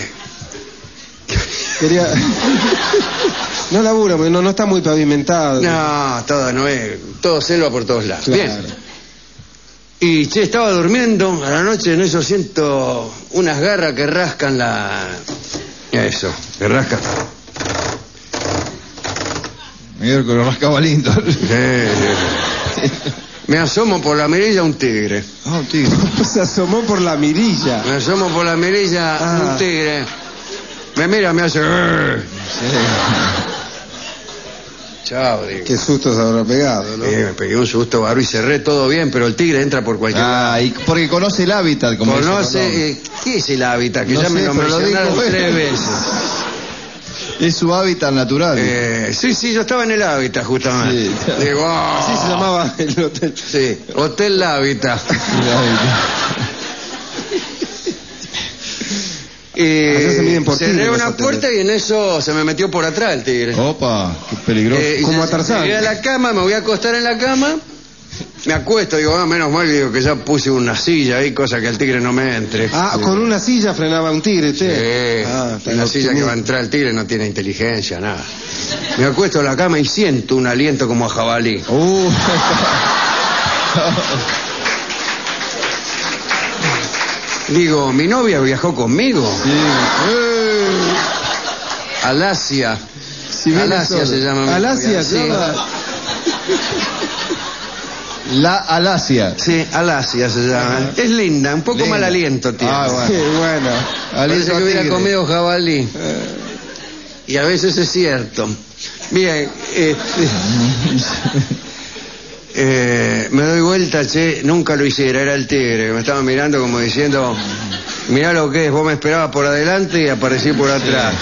S2: quería. No labura, porque no, no está muy pavimentado.
S1: No, todo no es. Todo selva por todos lados.
S2: Claro.
S1: Bien. Y che, estaba durmiendo a la noche, en eso siento unas garras que rascan la. Eso, que rascan.
S3: Mira que lo rascaba lindo.
S1: Eh, Me asomo por la mirilla un tigre.
S3: Ah, un tigre.
S2: Se asomó por la mirilla.
S1: Me asomo por la mirilla
S2: Ah.
S1: un tigre. Me mira, me hace. "Eh". Chao, digo.
S2: Qué susto se habrá pegado, ¿no?
S1: Eh, me pegué un susto, barro y cerré todo bien, pero el tigre entra por cualquier lado.
S3: Ah, y porque conoce el hábitat, como dice Rolón.
S1: Conoce. eh, ¿Qué es el hábitat? Que
S3: No
S1: ya me
S3: sé,
S1: lo
S3: pero lo
S1: mencionaron
S3: dijo él.
S1: tres veces.
S3: Es su hábitat natural.
S1: Eh, sí, sí, yo estaba en el hábitat justamente.
S3: Sí, claro.
S1: Digo, ah.
S2: Así se llamaba el hotel.
S1: Sí, Hotel Hábitat.
S3: El hábitat.
S2: Allá se
S1: Eh,
S2: miden por
S1: cerré
S2: tigre los
S1: una
S2: hoteles. Oh,
S1: puerta y en eso se me metió por atrás el tigre.
S3: Opa, qué peligroso.
S1: Eh, y
S2: Como
S1: se-
S2: a Tarzán.
S1: Llegué a la cama, me voy a acostar en la cama, me acuesto, digo, ah, menos mal digo, que ya puse una silla ahí, cosa que el tigre no me entre.
S2: Ah, con una silla frenaba un tigre,
S1: Sí,
S2: usted. Ah,
S1: en la silla que va a entrar el tigre no tiene inteligencia, nada. Me acuesto en la cama y siento un aliento como a jabalí.
S3: Uh.
S1: Digo, mi novia viajó conmigo
S3: Sí. Eh.
S1: al Asia.
S2: Si viene
S1: al Asia
S2: solo.
S1: se llama. mi
S2: Al
S1: novia,
S2: Asia,
S1: sí.
S2: llama.
S3: La Alasia.
S1: Sí, al Asia se llama. Es linda, un poco
S3: Linda.
S1: mal aliento tiene.
S3: Ah, bueno.
S2: Sí, bueno.
S1: Parece
S3: Aliento Eh.
S1: que hubiera
S3: tigre.
S1: comido jabalí.
S2: Eh,
S1: Y a veces es cierto. Bien, este, eh, me doy vuelta, che, nunca lo hiciera, era el tigre, que me estaba mirando como diciendo, mirá lo que es, vos me esperabas por adelante y aparecí por atrás.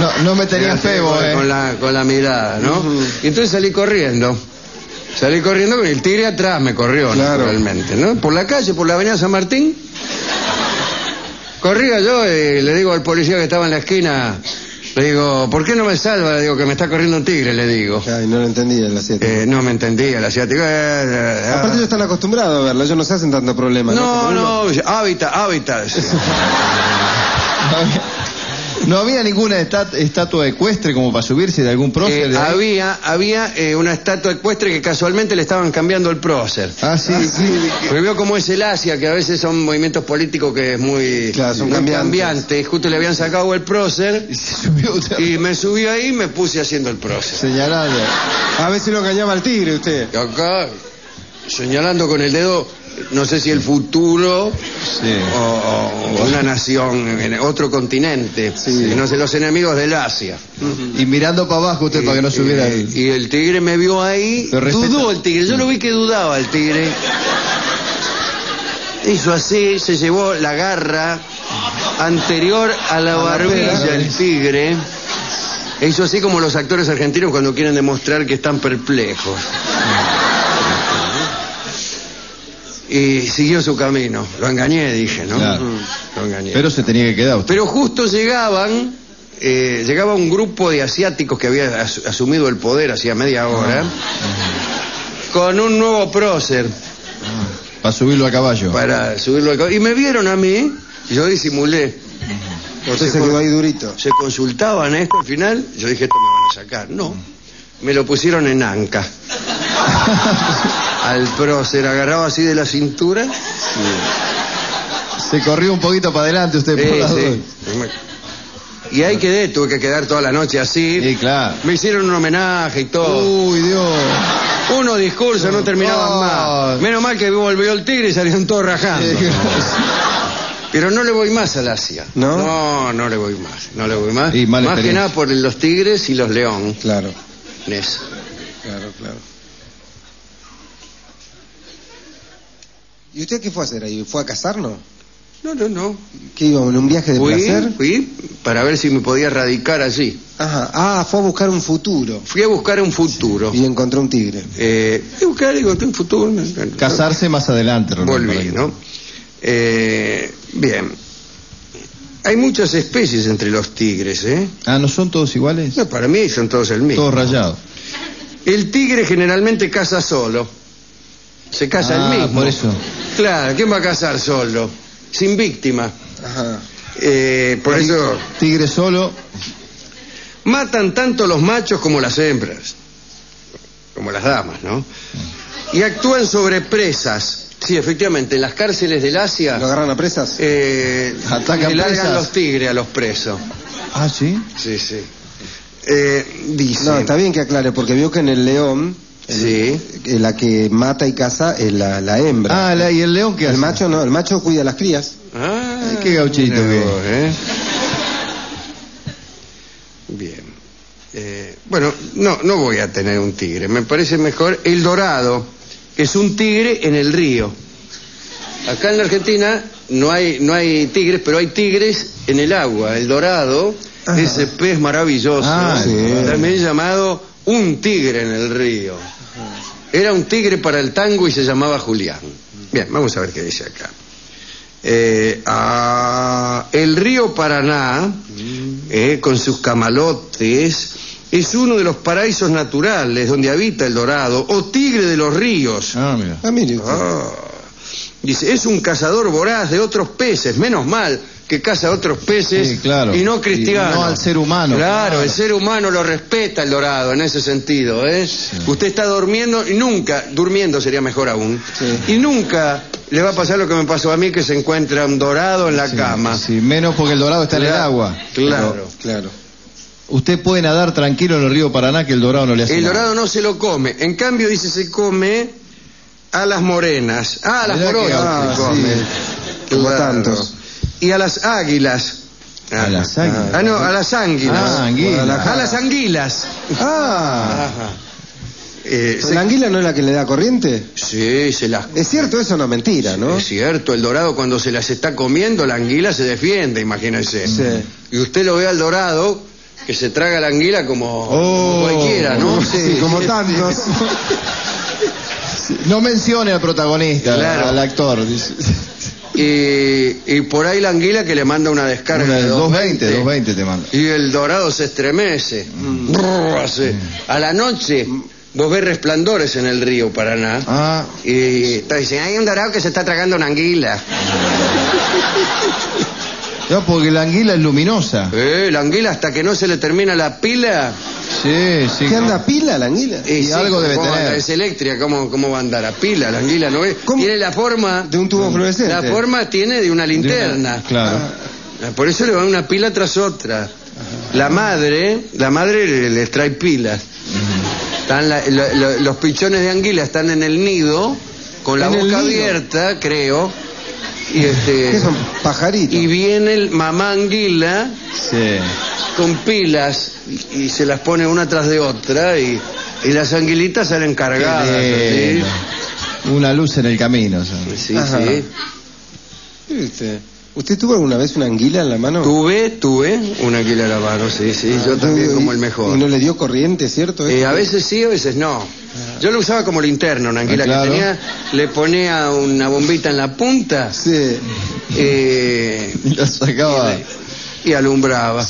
S3: No- no me tenías
S1: Mirá,
S3: fe, vos, eh.
S1: Con la, con la mirada, ¿no? Y entonces salí corriendo. Salí corriendo con el tigre atrás, me corrió,
S2: Claro.
S1: naturalmente, ¿no? Por la calle, por la avenida San Martín. Corría yo y le digo al policía que estaba en la esquina, le digo, ¿por qué no me salva? Le digo, que me está corriendo un tigre, le digo.
S2: Ay, no lo entendía la siete.
S1: Eh, no me entendía el asiático. eh, eh, ah.
S2: Aparte ellos están acostumbrados a verla, ellos no se hacen tanto problema.
S1: no,
S2: Como uno-
S1: no, hábitat, hábitat.
S3: No había- No había ninguna esta- estatua ecuestre como para subirse de algún prócer.
S1: Eh,
S3: de ahí.
S1: había había eh, una estatua ecuestre que casualmente le estaban cambiando el prócer.
S3: Ah, sí, sí.
S1: Porque veo cómo es el Asia, que a veces son movimientos políticos que es muy,
S2: Claro, son
S1: muy
S2: cambiantes.
S1: cambiante. Justo le habían sacado el prócer
S3: Y se subió otra-
S1: y me subí ahí y me puse haciendo el prócer.
S3: señalando.
S2: A ver si lo engañaba al tigre usted.
S1: Y acá, señalando con el dedo, no sé si el futuro
S3: Sí.
S1: o, o una nación en otro continente, no sé, los enemigos del Asia.
S3: Y mirando para abajo usted para que no subiera.
S1: Eh,
S3: el-
S1: Y el tigre me vio ahí,
S3: Lo respeta.
S1: dudó el tigre, yo lo vi que dudaba el tigre. Hizo así, se llevó la garra anterior a la barbilla el tigre. E hizo así como los actores argentinos cuando quieren demostrar que están perplejos. Y siguió su camino. Lo engañé, dije, ¿no?
S3: Claro.
S1: Lo engañé.
S3: Pero se tenía que quedar usted.
S1: Pero justo llegaban, eh, llegaba un grupo de asiáticos que había as- asumido el poder hacía media hora, con un nuevo prócer
S3: Para subirlo a caballo.
S1: para subirlo al cabo. Y me vieron a mí, y yo disimulé.
S2: Usted se
S1: con-
S2: quedó ahí durito.
S1: se consultaban esto al final, yo dije, esto me van a sacar. No, me lo pusieron en anca. Al prócer, agarraba así de la cintura.
S3: Se corrió un poquito para adelante usted. por
S1: Sí,
S3: las
S1: sí.
S3: dos.
S1: Y ahí quedé, tuve que quedar toda la noche así.
S3: Sí, claro.
S1: Me hicieron un homenaje y todo.
S3: Uy, Dios.
S1: Unos discursos no terminaban
S3: Ah.
S1: más. Menos mal que volvió el tigre y salieron todos rajando. Pero no le voy más al Asia.
S2: ¿No?
S1: No, no le voy más. No le voy más.
S3: Y mala
S1: más que
S3: experiencia.
S1: nada por los tigres y los leones.
S2: Claro,
S3: Claro, claro.
S2: ¿Y usted qué fue a hacer ahí? ¿Fue a casarnos?
S1: No, no, no.
S2: ¿Qué íbamos? ¿En un viaje de
S1: Fui,
S2: placer?
S1: fui para ver si me podía radicar allí.
S2: Ajá. Ah, fue a buscar un futuro.
S1: Fui a buscar un futuro.
S2: Y encontró un tigre.
S1: Eh, fui a buscar, digo, un futuro. no, no, no.
S3: Casarse más adelante, Ronaldo.
S1: Volví, ¿no? Eh, bien. Hay muchas especies entre los tigres, ¿eh?
S3: Ah, ¿no son todos iguales?
S1: No, para mí son todos el mismo.
S3: Todos rayados.
S1: El tigre generalmente caza solo. Se casa
S3: Ah,
S1: el mismo.
S3: por eso.
S1: Claro, ¿quién va a cazar solo? Sin víctima.
S2: Ajá.
S1: Eh, por eso
S3: Tigre solo.
S1: matan tanto los machos como las hembras. Como las damas, ¿no? Y actúan sobre presas. Sí, efectivamente, en las cárceles del Asia
S2: ¿Lo agarran a presas?
S1: eh,
S3: Atacan
S1: le largan
S3: presas.
S1: los tigres a los presos.
S3: Ah, sí.
S1: Sí, sí. Eh, dice...
S2: No, está bien que aclare, porque vio que en el león,
S1: Sí.
S2: eh, la que mata y caza es la, la hembra.
S3: Ah, la- ¿y el león qué hace?
S2: el macho no, el macho cuida a las crías.
S1: Ah,
S3: Ay, qué gauchito
S1: mira
S3: que es.
S1: vos, ¿eh? Bien. Eh, bueno, no, no voy a tener un tigre. Me parece mejor el dorado, que es un tigre en el río. Acá en la Argentina no hay, no hay tigres, pero hay tigres en el agua. El dorado, ese pez maravilloso, Eh,
S3: Ah, sí.
S1: también llamado un tigre en el río. Era un tigre para el tango y se llamaba Julián. Bien, vamos a ver qué dice acá. Eh, ah, el río Paraná, eh, con sus camalotes, es uno de los paraísos naturales donde habita el dorado, o tigre de los ríos.
S3: Ah, mira.
S2: Ah, mire usted.
S1: Ah. Dice, es un cazador voraz de otros peces, menos mal que caza a otros peces
S3: Sí, claro.
S1: y no
S3: Y
S1: cristiano.
S3: no al ser humano.
S1: Claro,
S3: Claro.
S1: el ser humano lo respeta el dorado en ese sentido. ¿eh? Usted está durmiendo y nunca, durmiendo sería mejor aún, y nunca le va a pasar lo que me pasó a mí que se encuentra un dorado en la cama.
S3: Sí, menos porque el dorado está en el agua.
S1: Claro.
S2: Claro.
S3: Usted puede nadar tranquilo en el río Paraná que el dorado no le hace
S1: El
S3: nada.
S1: dorado no se lo come. En cambio, dice, se come a las morenas. Ah, a las
S3: Mirá que
S1: moronas se
S3: gaucho,
S1: come.
S3: sí.
S2: Como
S1: Claro.
S2: tantos.
S1: Y a las águilas.
S3: A las águilas.
S1: Ah, no, a las anguilas.
S3: Ah, anguilas.
S1: A las anguilas.
S2: Ah,
S1: Eh,
S2: ¿la anguila no es la que le da corriente?
S1: se- sí, se las...
S2: Es cierto, eso no mentira, ¿no?
S1: Es cierto, el dorado cuando se las está comiendo, la anguila se defiende, imagínense.
S2: Sí.
S1: Y usted lo ve al dorado que se traga la anguila como, como
S3: Oh.
S1: cualquiera, ¿no?
S2: Sí, como tantos.
S3: No mencione al protagonista,
S1: Claro.
S3: al actor. Dice-
S1: Y, y por ahí la anguila que le manda una descarga
S3: Una
S1: de
S3: de 220,
S1: 220.
S3: 220 te manda.
S1: Y el dorado se estremece.
S3: Mm.
S1: Brrr, hace- A la noche vos ves resplandores en el río Paraná.
S3: Ah,
S1: Y está diciendo, hay un dorado que se está tragando una anguila.
S3: Ah. no, porque la anguila es luminosa.
S1: Eh, la anguila hasta que no se le termina la pila.
S3: Sí, sí.
S2: ¿Qué anda pila la anguila?
S1: eh,
S3: Y algo debe
S1: ¿cómo va a
S3: tener.
S1: andar? Es eléctrica, ¿cómo, ¿cómo va a andar? A pila, la anguila, ¿no es?
S2: ¿Cómo?
S1: Tiene la forma...
S2: De un tubo fluorescente.
S1: La forma tiene de una linterna.
S3: Claro.
S1: Ah, Por eso le van una pila tras otra. La madre, la madre le- les trae pilas. Están la- lo- lo- los pichones de anguila están en el nido, con la
S2: En el
S1: boca
S2: nido.
S1: abierta, creo. Y
S2: ¿Qué
S1: este
S2: son? Pajaritos.
S1: y viene el mamá anguila
S3: Sí.
S1: con pilas y, y se las pone una tras de otra y, y las anguilitas salen cargadas.
S3: Eh,
S1: así.
S3: Una luz en el camino. o sea.
S1: Sí,
S2: Ajá.
S1: sí.
S2: ¿Qué viste? ¿Usted tuvo alguna vez una anguila en la mano? Ah,
S1: Tuve, tuve una anguila en la mano, sí, sí. Yo también como el mejor.
S2: ¿Y no le dio corriente, cierto?
S1: Eh, a veces sí, a veces no. Yo lo usaba como linterna, una anguila
S3: Ah, claro.
S1: que tenía, le ponía una bombita en la punta
S2: Sí.
S1: eh,
S3: Y La sacaba
S1: y alumbraba.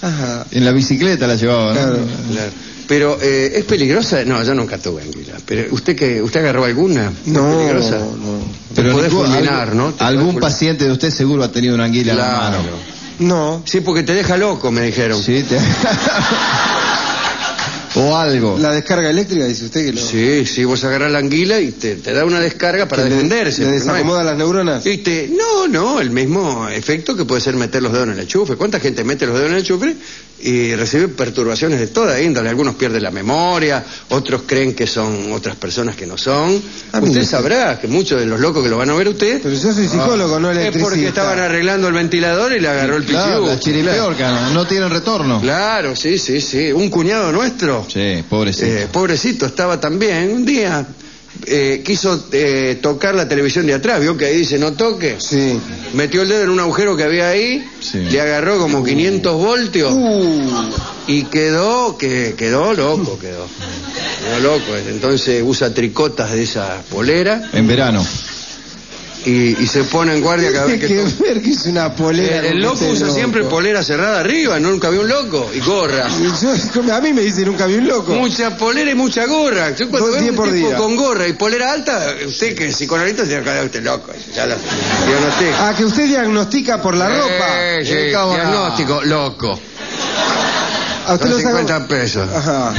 S2: Ajá.
S3: en la bicicleta, la llevaba. ¿no?
S2: Claro.
S1: Claro. Pero eh, es peligrosa. No, yo nunca tuve anguila. Pero usted que usted agarró alguna. ¿Es
S2: No,
S1: peligrosa?
S2: no.
S1: Te podés
S3: ningún-
S1: fulminar,
S3: algún,
S1: ¿no? Te podés
S3: Algún
S1: fulminar.
S3: paciente de usted seguro ha tenido una anguila en la
S1: Claro.
S3: mano.
S2: No.
S1: Sí, porque te deja loco, me dijeron.
S3: Sí, te- o algo.
S2: La descarga eléctrica, dice usted que lo...
S1: Sí, sí, vos agarrás la anguila y te, te da una descarga para
S2: que le-
S1: defenderse.
S2: Le,
S1: pero no hay-
S2: desacomoda las neuronas.
S1: Y te- no, no, el mismo efecto que puede ser meter los dedos en el enchufe. ¿Cuánta gente mete los dedos en el enchufe y recibe perturbaciones de toda índole? Algunos pierden la memoria, otros creen que son otras personas que no son.
S2: Ah,
S1: usted
S2: mire.
S1: sabrá que muchos de los locos que lo van a ver a usted
S2: Pero yo soy psicólogo, no
S1: Ah. es
S2: electricista.
S1: porque estaban arreglando el ventilador y le agarró el
S3: Claro,
S1: pichú.
S3: la chiripiorca, no, no tienen retorno.
S1: Claro, sí, sí, sí. Un cuñado nuestro,
S3: Sí, pobrecito.
S1: eh, pobrecito, estaba también un día... eh, quiso eh, tocar la televisión de atrás, vio que ahí dice no toque.
S2: Sí.
S1: Metió el dedo en un agujero que había ahí,
S3: Sí.
S1: le agarró como 500 voltios y quedó, que quedó loco, quedó. Quedó loco. Entonces usa tricotas de esa polera
S3: En verano.
S1: y, y se pone en guardia cada vez
S2: Tiene
S1: que
S2: que
S1: toca. Eh,
S2: ver que es una polera.
S1: El, el
S2: con
S1: loco
S2: este
S1: usa
S2: loco.
S1: siempre polera cerrada arriba, nunca vi un loco, y gorra.
S2: Y yo- a mí me dice nunca vi un loco.
S1: Mucha polera y mucha gorra. Yo cuando
S2: Dos
S1: veo
S2: días
S1: un
S2: por
S1: tipo
S2: día.
S1: con gorra y polera alta, usted que es psicoanalista se acaba usted este loco. Ya lo, yo no sé.
S2: Ah, que usted diagnostica por la ropa.
S1: Eh, sí,
S3: Eh, cómo no.
S1: diagnóstico, loco.
S2: A Ah, usted
S1: Son
S2: lo saca-
S1: 50 pesos.
S2: Ajá.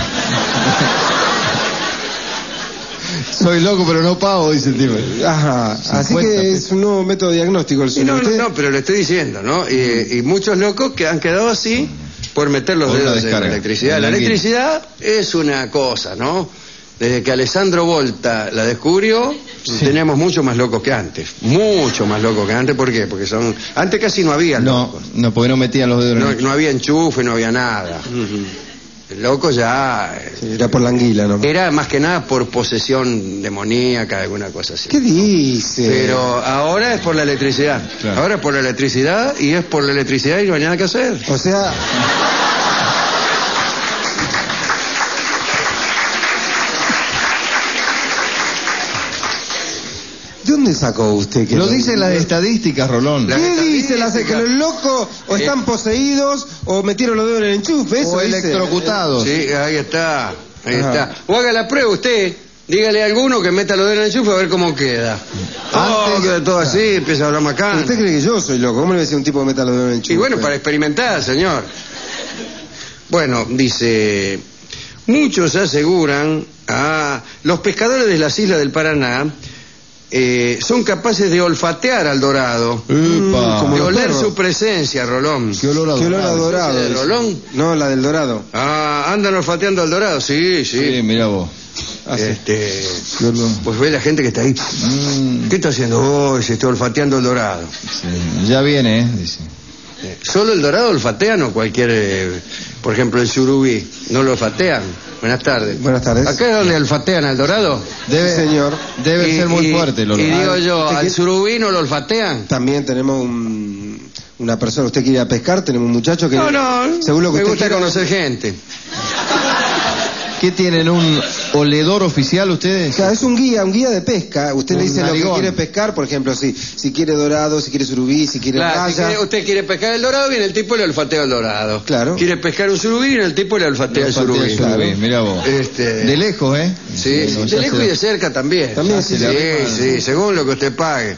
S3: Soy loco, pero no pago, dice el tipo.
S2: Ajá. Así
S3: 50
S2: que
S3: pesos.
S2: es un nuevo método diagnóstico el
S1: Y
S2: suyo.
S1: no, no,
S2: Usted-
S1: no, pero lo estoy diciendo, ¿no? Y, y muchos locos que han quedado así por meter los
S3: Por una
S1: dedos en la
S3: descarga,
S1: electricidad.
S3: en
S1: La
S3: la anguila.
S1: electricidad es una cosa, ¿no? Desde que Alessandro Volta la descubrió, tenemos mucho más locos que antes. Mucho más locos que antes. ¿Por qué? Porque son... Antes casi no había
S3: No,
S1: locos.
S3: no, porque no metían los dedos
S1: No,
S3: en el...
S1: no había enchufe, no había nada. El loco ya... eh,
S2: Sí, Era por la anguila, ¿no?
S1: Era más que nada por posesión demoníaca, alguna cosa así.
S2: ¿Qué dice?
S1: Pero ahora es por la electricidad.
S3: Claro.
S1: Ahora es por la electricidad y es por la electricidad y no hay nada que hacer.
S2: O sea. ¿De dónde sacó usted que
S3: Lo dicen las estadísticas, Rolón.
S1: La- Eh.
S2: ¿Qué
S1: Las
S2: dice las que
S1: estadísticas.
S2: los locos o están poseídos o metieron los dedos en el enchufe? Eso
S3: o
S2: dice.
S3: electrocutados.
S1: Sí, ahí está. Ahí
S2: Ajá.
S1: está. O haga la prueba usted. Dígale a alguno que meta los dedos en el enchufe a ver cómo queda. Oh,
S3: Antes-
S1: queda todo así, empieza a hablar macán.
S2: ¿Usted cree que yo soy loco? ¿Cómo le voy a decir a un tipo que meta los dedos en el enchufe?
S1: Y bueno, para experimentar, señor. Bueno, dice, muchos aseguran, ah, los pescadores de las islas del Paraná eh, son capaces de olfatear al dorado,
S3: Epa.
S2: Eh, Mm, como
S1: de
S2: los
S1: oler
S2: perros.
S1: su presencia, Rolón.
S3: Qué olor a
S2: ¿Qué olor a
S3: dorado.
S2: dorado?
S1: ¿Ese de
S2: dice.
S1: Rolón?
S2: No, la del dorado.
S1: Ah, andan olfateando al dorado, sí,
S3: Sí,
S1: sí.
S3: mira vos.
S2: Ah, sí.
S1: Este,
S3: Qué olor.
S1: pues ve la gente que está ahí.
S3: Mm,
S1: ¿Qué está haciendo? Oh, se está olfateando el Este, dorado.
S3: sí, Ya viene, ¿eh? Dice.
S1: Solo el dorado olfatean o cualquier, eh, por ejemplo, el surubí. ¿No lo olfatean? Buenas tardes.
S2: Buenas tardes.
S1: ¿Acá es donde olfatean al dorado?
S2: Debe, señor.
S3: Debe
S1: Y-
S3: ser muy
S1: y-
S3: fuerte el olor.
S1: Y digo yo,
S2: ¿Usted
S1: ¿al
S2: quiere-
S1: surubí no lo olfatean?
S2: También tenemos un- una persona, usted quiere ir a pescar, tenemos un muchacho que...
S1: No, no.
S2: Según lo que
S1: me
S2: usted
S1: gusta
S2: quiera-
S1: conocer gente.
S3: ¿Qué tienen un oledor oficial ustedes?
S2: Claro, es un guía, un guía de pesca. Usted le
S3: Un
S2: dice lo
S3: narigón.
S2: que quiere pescar, por ejemplo, si, si quiere dorado, si quiere surubí, si quiere
S1: Claro, si
S2: raya.
S1: quiere- usted quiere pescar el dorado, viene el tipo y le olfatea el dorado.
S2: Claro.
S1: Quiere pescar un surubí, viene el tipo y le olfatea el surubí.
S3: Claro. Mirá vos.
S1: Este,
S3: De lejos, ¿eh?
S1: sí,
S3: Bueno,
S1: de
S3: ya
S1: lejos
S3: se-
S1: y de cerca también.
S2: También, sí,
S1: sí,
S2: sí.
S1: sí, según lo que usted pague.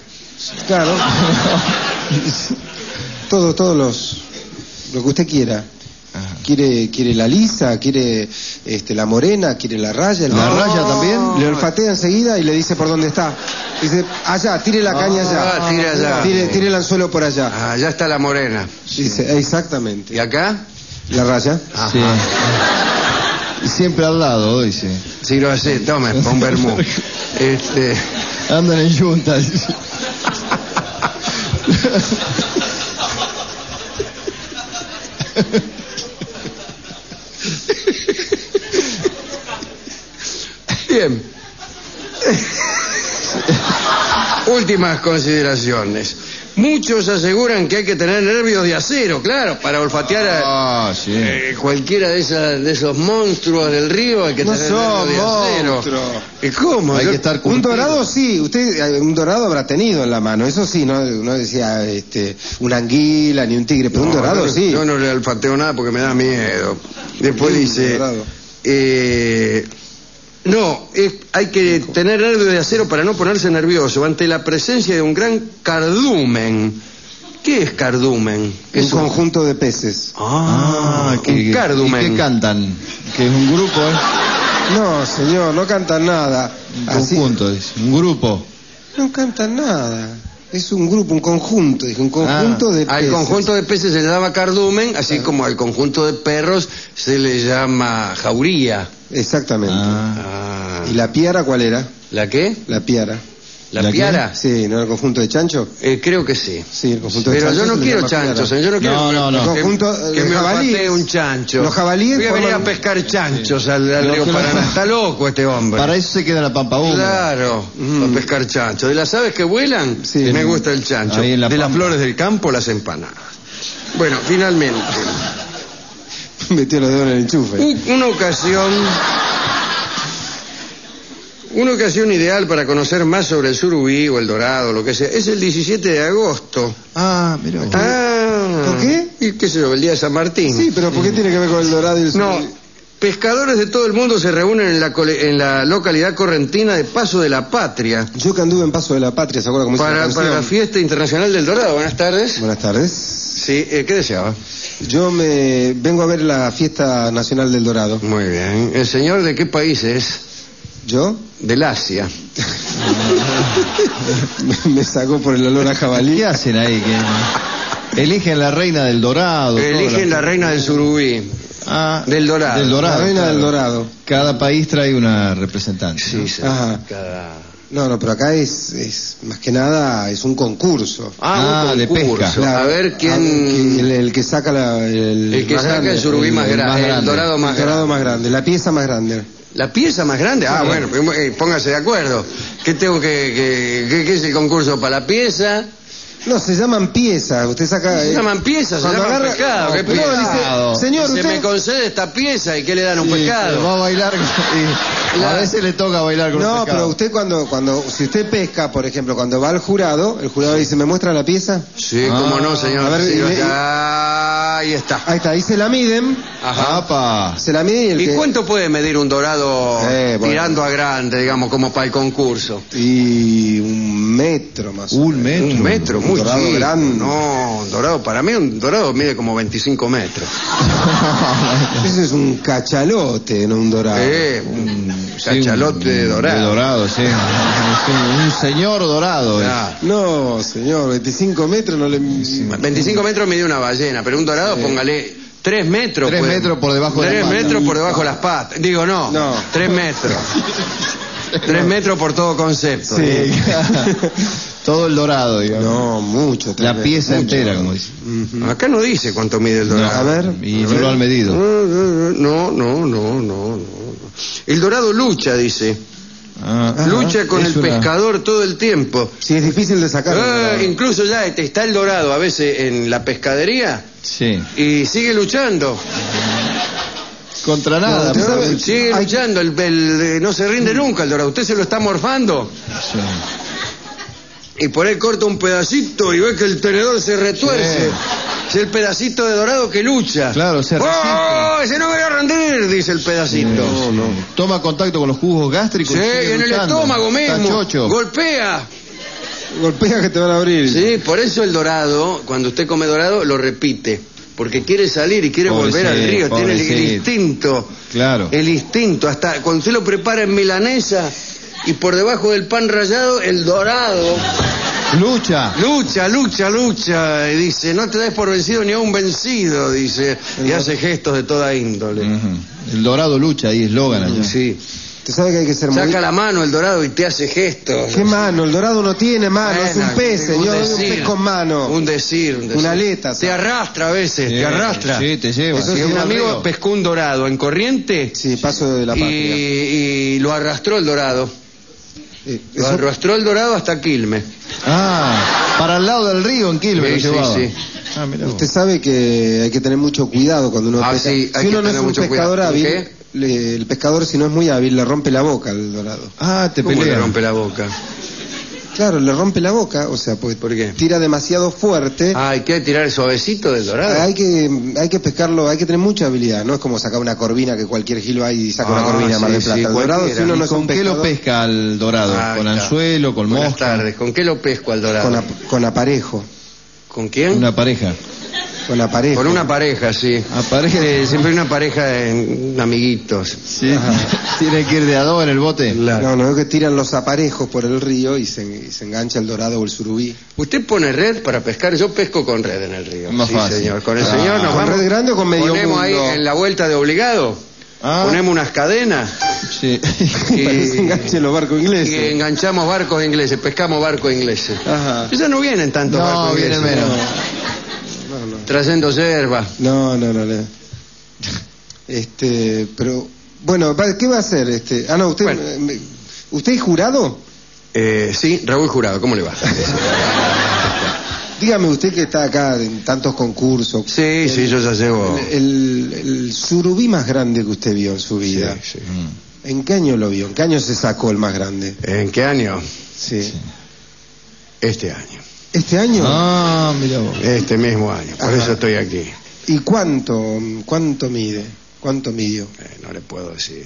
S2: Claro. Todo, todos los... Lo que usted quiera. Quiere, quiere la lisa, quiere este, la morena, quiere la raya. el
S3: ¿La
S2: marrón.
S3: raya también?
S2: Le olfatea enseguida y le dice por dónde está. Dice, allá, tire la caña allá.
S1: ah, tire allá.
S2: Tire, tire el anzuelo por allá.
S1: Ah, ya está la morena.
S2: Dice,
S1: ¿Y
S2: exactamente.
S1: acá?
S2: La raya.
S3: Sí. Y Siempre al lado, dice.
S1: Si lo hace, tome, pon vermú. Este,
S3: Andan en yunta. dice.
S1: bien. Últimas consideraciones. Muchos aseguran que hay que tener nervios de acero, claro, para olfatear a
S3: Ah, sí.
S1: eh, cualquiera de, esas, de esos monstruos del río. Hay que
S2: No
S1: tener
S2: son
S1: nervios de acero.
S2: monstruos.
S1: ¿Y cómo?
S3: Hay
S1: Yo-
S3: que estar
S2: Eh, Un
S3: curtido.
S2: dorado sí, usted eh, un dorado habrá tenido en la mano, eso sí, no, no decía este, una anguila ni un tigre, pero un
S1: No,
S2: dorado
S1: yo,
S2: sí.
S1: Yo no le alfateo nada porque me da miedo. Después
S2: Sí,
S1: dice.
S2: dorado.
S1: eh, no, es- hay que tener nervio de acero para no ponerse nervioso ante la presencia de un gran cardumen. ¿Qué es cardumen? ¿Qué
S2: un
S1: es un-
S2: conjunto de peces.
S1: Ah,
S3: que-
S1: un cardumen.
S3: ¿y ¿Qué cantan? Que es un grupo, ¿eh?
S2: No, señor, no cantan nada.
S3: Un
S2: Así-
S3: conjunto, dice. Un grupo.
S2: no cantan nada. Es un grupo, un conjunto, dije, un conjunto
S3: Ah,
S2: de
S1: Al
S2: peces.
S1: conjunto de peces se le llama cardumen, así como al conjunto de perros se le llama jauría.
S2: Exactamente.
S3: Ah.
S1: Ah,
S2: ¿Y la piara cuál era?
S1: ¿La qué?
S2: La piara.
S1: ¿La,
S3: ¿La qué?
S1: piara?
S2: Sí, ¿no era el conjunto de chancho?
S1: Eh, creo que sí.
S2: Sí, el conjunto de
S1: Pero
S2: chanchos
S1: yo
S2: se
S1: no
S2: le
S1: quiero
S2: llama piara.
S1: chanchos, señor. Yo no quiero
S3: No,
S1: que me-
S3: no, no.
S1: que,
S2: Conjunto-
S1: que
S2: los
S1: me
S2: jabalíes.
S1: olfatee un chancho.
S2: Los jabalíes
S1: Voy a venir a
S2: forman-
S1: pescar chanchos al, al
S3: Los
S1: río
S3: que-
S1: Paraná. Está loco este hombre.
S3: Para eso se queda la pampa húmeda.
S1: Claro, a pescar chanchos. De las aves que vuelan,
S2: Mm. Sí.
S1: me gusta el chancho.
S3: Ahí en la
S1: de las
S3: pampa.
S1: flores del campo, las empanadas. Bueno, finalmente,
S2: Metió los dedos en el enchufe.
S1: un- una ocasión... Una ocasión ideal para conocer más sobre el surubí o el dorado, lo que sea, es el 17 de agosto.
S3: Ah, mirá. vos.
S1: Ah.
S2: ¿Por qué?
S1: Y qué sé yo, el día de San Martín.
S2: Sí, pero ¿por qué tiene que ver con el dorado y el
S1: No,
S2: sur?
S1: pescadores de todo el mundo se reúnen en la, cole- en la localidad correntina de Paso de la Patria
S2: Yo que anduve en Paso de la Patria, ¿se acuerda cómo dice la
S1: para,
S2: canción?
S1: para la fiesta internacional del Dorado. Buenas tardes.
S2: Buenas tardes.
S1: Sí, eh, ¿qué deseaba?
S2: Yo me vengo a ver la fiesta nacional del Dorado.
S1: Muy bien. ¿El señor de qué país es?
S2: ¿Yo?
S1: Del Asia.
S2: Me- me sacó por el olor a jabalí.
S3: ¿Qué hacen ahí? que- Eligen la reina del dorado. todo
S1: Eligen la reina del Surubí.
S3: Ah,
S1: del dorado.
S3: Del dorado.
S2: la reina
S3: claro.
S2: del Dorado.
S3: Cada país trae una representante.
S1: Sí, sí.
S2: Ajá.
S1: Cada-
S2: No, no, pero acá es, es más que nada es un concurso.
S1: Ah,
S3: Ah,
S1: un
S3: de
S1: concurso.
S3: pesca.
S1: A ver quién...
S2: que- el, el que saca la, el,
S1: El que
S2: más
S1: saca
S2: grande.
S1: el surubí más grande, el
S3: grande.
S1: dorado más
S2: El dorado
S1: grande.
S2: más grande, la pieza más grande.
S1: ¿La pieza más grande? Ah, bueno, pues, eh, póngase de acuerdo. ¿Qué tengo que, que, que- que es el concurso para la pieza?
S2: No, se llaman piezas. Usted saca.
S1: Se
S2: eh,
S1: llaman piezas, se
S2: cuando
S1: llaman
S2: agarra-
S1: pescado.
S2: No,
S1: ¿Qué
S2: pero
S1: pescado?
S2: dice, señor,
S1: se
S2: usted-
S1: me concede esta pieza y ¿qué le dan un pescado?
S3: Va a bailar. y-
S1: La-
S3: A veces le toca bailar con un
S2: No, pero
S3: pescado.
S2: usted cuando, cuando, si usted pesca, por ejemplo, cuando va al jurado, el jurado dice, ¿me muestra la pieza?
S1: Sí, cómo no, señor.
S2: Ah, a ver,
S1: Sí,
S2: y-
S1: lo-
S2: y-
S1: Ahí está.
S2: Ahí está, ahí se la miden,
S1: Ajá.
S3: Apa.
S2: se la miden y Ah, el
S1: ¿Y
S2: que-
S1: cuánto puede medir un dorado
S2: Eh, bueno.
S1: tirando a grande, digamos, como para el concurso?
S2: Y un metro más. o
S3: Un
S2: menos.
S3: metro.
S1: Un metro,
S2: un
S1: muy
S2: dorado
S1: chico.
S2: grande.
S1: No, un dorado, para mí un dorado mide como 25 metros.
S2: Ese es un cachalote, no un dorado.
S1: Eh, un cachalote
S3: Ah. Sí, un-
S1: dorado.
S3: de dorado, sí. Es un, un señor dorado. es.
S1: Ah,
S2: No, señor, 25 metros no le...
S1: 25 metros mide una ballena, pero un dorado, póngale 3 metros.
S3: Tres metros por debajo de
S1: 3
S3: las patas.
S1: metros por debajo de las patas. Digo, no,
S2: No.
S1: 3 metros. 3 metros por todo concepto.
S2: Sí.
S3: Todo el dorado, digamos.
S2: No, mucho. tal
S3: La
S2: vez,
S3: pieza
S2: mucho.
S3: entera, como dice.
S2: Ujú.
S1: Acá no dice cuánto mide el dorado.
S3: No,
S2: a ver,
S3: Y
S1: A
S3: no
S1: ver.
S3: lo han medido.
S1: No, no, no, no, no, no. no. El dorado lucha, dice.
S3: Ah,
S1: lucha con
S3: es
S1: el
S3: una-
S1: pescador todo el tiempo.
S2: Sí, es difícil de sacar.
S1: Ah, incluso ya este, está el dorado a veces en la pescadería
S3: Sí.
S1: y sigue luchando.
S3: Contra nada.
S2: te
S3: pero-
S2: sabe-
S1: Sigue
S2: Hay-
S1: luchando, el, el- eh, no se
S3: Mm.
S1: rinde nunca el dorado. Usted se lo está morfando
S3: Sí.
S1: y por ahí corta un pedacito y ve que el tenedor se retuerce.
S3: Sí.
S1: Es el pedacito de dorado que lucha.
S3: Claro, se resiste.
S1: ¡Oh, ese no me va a rendir! Dice el pedacito.
S3: Sí. Toma contacto con los jugos gástricos.
S1: Sí,
S3: y sigue
S1: en el
S3: luchando.
S1: estómago
S3: Está
S1: mismo.
S3: chocho.
S1: Golpea.
S2: Golpea que te van a abrir.
S1: Sí, por eso el dorado, cuando usted come dorado, lo repite. Porque quiere salir y quiere volver al
S3: Pobrecito,
S1: río. Tiene el- el
S3: pobrecito.
S1: instinto.
S3: Claro.
S1: El instinto. Hasta cuando usted lo prepara en milanesa y por debajo del pan rallado, el dorado
S3: Lucha.
S1: lucha, lucha, lucha. Y dice, no te des por vencido ni a un vencido, dice. Y hace gestos de toda índole.
S3: Ujú. El dorado lucha, ahí eslogan allá.
S1: Sí.
S2: Te sabe que hay que ser muy...
S1: Saca la mano el dorado y te hace gestos.
S2: ¿Qué mano? El dorado Ah, no tiene mano, es
S1: Bueno,
S2: un pez, señor, es un
S1: decir,
S2: pez con mano. Eh,
S1: Un decir, un decir.
S2: Una aleta,
S1: Te
S2: sabe.
S1: arrastra a veces,
S3: Sí,
S1: te arrastra.
S3: sí, te lleva.
S1: Si
S3: Sí,
S1: un
S3: un
S1: amigo
S3: río.
S1: pescó un dorado en corriente
S2: Sí, paso de la
S1: y,
S2: patria.
S1: y lo arrastró el dorado.
S2: Eh,
S1: Lo
S2: eso-
S1: arrastró el dorado hasta Quilmes.
S3: Ah, para el lado del río en Quilmes
S1: Sí,
S3: lo
S1: sí,
S3: llevaba.
S1: sí.
S3: Ah, mirá vos.
S2: Usted sabe que hay que tener mucho cuidado cuando uno
S1: Ah,
S2: pesca.
S1: sí, hay
S2: si
S1: que
S2: uno no es
S1: tener
S2: un
S1: mucho
S2: pescador
S1: cuidado.
S2: hábil,
S1: ¿Qué?
S2: le- el pescador si no es muy hábil le rompe la boca al dorado.
S3: Ah, te
S1: ¿Cómo le
S3: pelean.
S1: rompe la boca?
S2: Claro, le rompe la boca, o sea, pues
S1: ¿Por qué?
S2: tira demasiado fuerte.
S1: Ah, hay que tirar suavecito del dorado.
S2: Hay que, hay que pescarlo, hay que tener mucha habilidad, no es como sacar una corvina que cualquier gil va y saca
S1: Ah,
S2: una corvina a Mar del
S1: sí,
S2: Plata.
S1: sí,
S2: El dorado,
S1: cualquiera.
S2: si uno no
S3: ¿Y
S2: es un
S3: ¿Con qué lo
S2: pescador,
S3: pesca al dorado?
S1: Ahí
S3: ¿Con
S1: está.
S3: anzuelo, con
S1: Buenas
S3: mosca?
S1: tardes. ¿Con qué lo pesco al dorado?
S2: con,
S1: ¿Con,
S2: ap- con aparejo,
S1: quién?
S3: Una pareja.
S2: con aparejo.
S1: Con una pareja, sí.
S3: Ah, pareja.
S1: Eh, siempre una pareja de amiguitos.
S3: Sí. Tiene que ir de a dos en el bote.
S2: No, no, es que tiran los aparejos por el río y se, y se engancha el dorado o el surubí.
S1: Usted pone red para pescar, yo pesco con red en el río.
S3: Más
S1: sí,
S3: fácil.
S1: señor. Con el
S3: Ah.
S1: señor nos
S2: ¿Con
S1: vamos.
S2: red grande o con medio
S1: Ponemos ahí
S2: mundo?
S1: en la vuelta de obligado,
S3: Ah.
S1: ponemos unas cadenas
S3: Sí.
S1: y,
S2: Parece enganche los barcos
S1: y
S2: ingleses.
S1: enganchamos barcos ingleses, pescamos barcos ingleses.
S2: Ajá.
S1: Ya no vienen tantos
S3: No,
S1: barcos
S3: viene
S1: ingleses.
S3: menos.
S2: No, no.
S1: Trayendo yerba.
S2: No, no, no. no. Este, pero bueno, va- ¿qué va a hacer? Este, ah, no, usted,
S1: Bueno.
S2: eh, me- usted es jurado.
S1: Eh, sí, Raúl Jurado, ¿cómo le va?
S2: Dígame usted que está acá en tantos concursos.
S1: Sí, sí, yo ya llevo...
S2: El, el surubí más grande que usted vio en su
S1: Sí,
S2: vida.
S1: sí.
S2: ¿En qué año lo vio? ¿En qué año se sacó el más grande?
S1: ¿En qué año?
S2: Sí.
S1: Este año.
S2: ¿Este año?
S3: Ah, mira vos.
S1: Este mismo año. Por
S2: Ajá.
S1: eso estoy aquí. Eh,
S2: ¿Y cuánto? ¿Cuánto mide? ¿Cuánto midió?
S1: Eh, no le puedo decir.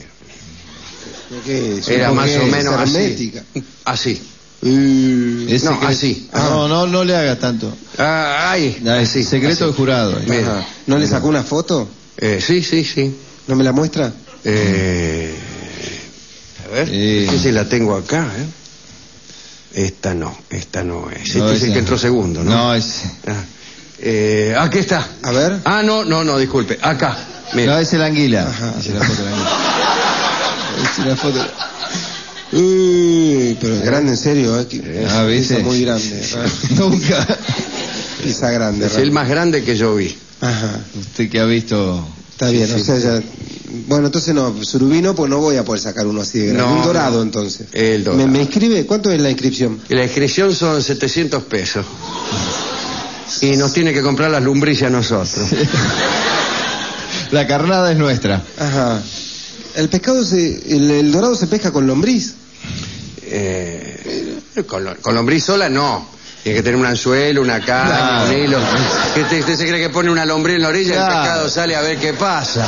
S2: Creo que es-
S1: Era
S2: supongo
S1: más
S2: que
S1: o
S2: es
S1: menos así.
S2: hermética.
S1: Así.
S2: Mm,
S3: Ese
S1: No,
S3: que-
S1: así.
S3: No, no, no le hagas tanto.
S1: Ah, ay,
S3: Ah, es
S1: así,
S3: secreto del
S1: así.
S3: jurado. ahí.
S1: Mira.
S2: ajá. ¿No le sacó una foto?
S1: Eh, sí, sí, sí.
S2: ¿No me la muestra?
S1: Eh, a ver,
S3: Sí.
S1: no sé si la tengo acá, ¿eh? Esta no, esta no es.
S3: No,
S1: este es
S3: ese
S1: el
S3: no.
S1: que entró segundo, ¿no?
S3: No, ese.
S1: Ah, eh, aquí está.
S2: A ver.
S1: Ah, no, no, no, disculpe. Acá.
S3: No,
S1: Mira.
S3: es el anguila.
S2: Ajá.
S3: Esa es la foto del anguila. Esa es la foto.
S2: Uy, pero es grande en serio, ¿eh? que-
S3: Ah, ¿viste?
S2: Pizza muy grande.
S3: Nunca.
S2: Pizza grande.
S1: Es el más grande que yo vi.
S2: Ajá.
S3: Usted que ha visto.
S2: Está bien, o sea, ya... Bueno, entonces no, surubino, pues no voy a poder sacar uno así de grande.
S1: No,
S2: Un dorado,
S1: no.
S2: entonces.
S1: El dorado.
S2: ¿Me, me inscribe? ¿Cuánto es la inscripción?
S1: La inscripción son 700 pesos. Y nos tiene que comprar las lumbrices a nosotros.
S3: La carnada es nuestra.
S2: Ajá. El pescado se... El, el dorado se pesca con lombriz.
S1: Eh, con, lo- con lombriz sola no. Tiene que tener un anzuelo, una caña,
S3: Claro.
S1: un hilo. Que te- usted se cree que pone una lombriz en la orilla y
S3: Claro.
S1: el pescado sale a ver qué pasa.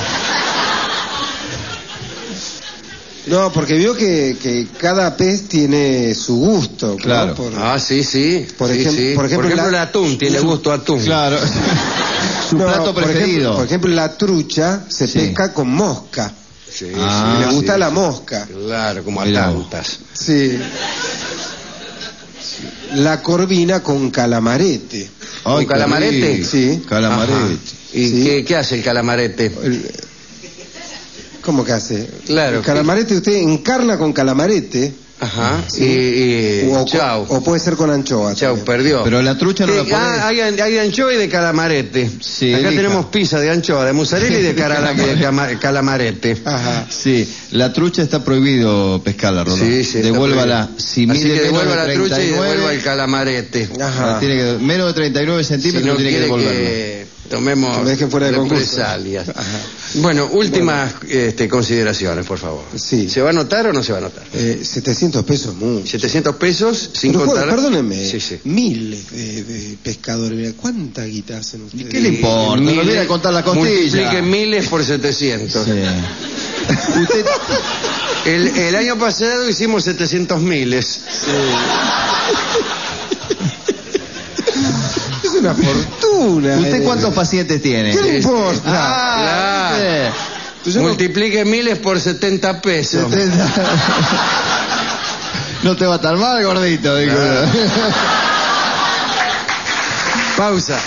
S2: No, porque vio que, que cada pez tiene su gusto. ¿no?
S3: Claro.
S2: Por-
S1: Ah, sí, sí.
S2: Por
S1: Sí,
S2: ejem-
S1: sí.
S2: por ejemplo,
S1: el
S2: la-
S1: atún tiene
S2: su-
S1: gusto a atún.
S3: Claro. Su
S2: No,
S3: plato
S2: por
S3: preferido.
S2: Ejemplo, por ejemplo, la trucha se
S3: Sí.
S2: pesca con mosca.
S1: Sí,
S3: Ah,
S1: sí,
S2: Le gusta
S1: sí,
S2: la
S1: sí.
S2: mosca.
S1: Claro, como a
S3: Mirá vos.
S1: tantas.
S2: Sí. La corvina con calamarete.
S3: Ay,
S1: ¿Un
S3: qué
S1: calamarete?
S3: rico.
S2: Sí.
S3: Calamarete.
S1: Ajá. ¿Y
S2: Sí.
S1: qué, qué hace el calamarete?
S2: El- ¿Cómo que hace?
S1: Claro.
S2: El calamarete usted encarna con calamarete
S1: Ajá.
S2: Sí.
S3: Eh,
S1: Y, y-
S2: o,
S1: chau.
S2: o puede ser con anchoa.
S1: Chau,
S2: también.
S1: perdió.
S3: Pero la trucha no
S1: Sí,
S3: la podés-
S1: ah, hay, an- hay de anchoa y de calamarete.
S3: Sí,
S1: Acá
S3: elija.
S1: tenemos pizza de anchoa, de mozzarella y de, cara- de cama- calamarete.
S3: Ah,
S2: Ajá.
S3: Sí, la trucha está prohibido pescarla, Rolón.
S1: Sí, sí, está
S3: Devuélvala.
S1: prohibido.
S3: Si
S1: Así
S3: mide
S1: que
S3: menos
S1: devuelva
S3: de
S1: la trucha y
S3: 39,
S1: devuelva el calamarete.
S2: Ajá.
S3: la tiene que- menos de 39
S1: Si
S3: centímetros
S1: no
S3: tiene que
S1: quiere
S3: devolverla.
S1: que tomemos
S2: Que me dejen fuera de concurso.
S1: represalias.
S2: Ajá.
S1: Bueno, últimas este, consideraciones, por favor.
S2: Sí.
S1: ¿Se va a anotar o no se va a anotar?
S2: Eh, 700 pesos mucho.
S1: 700 pesos sin
S2: Pero,
S1: contar.
S2: Perdónenme,
S1: Sí, sí.
S2: miles de, eh, de pescadores. mira, ¿Cuánta guita hacen ustedes?
S3: qué le importa? No le viene a contar las costillas.
S1: Multiplique miles por 700.
S3: Sí. Usted
S1: El, el año pasado hicimos 700 miles.
S2: Es una fortuna.
S3: ¿Usted
S2: eh.
S3: cuántos pacientes tiene?
S2: ¿Qué le importa?
S3: Ah,
S1: Claro.
S2: Pues yo no-
S1: Multiplique miles por 70 pesos.
S3: usted- No te va tan mal, gordito. digo.
S1: Pausa.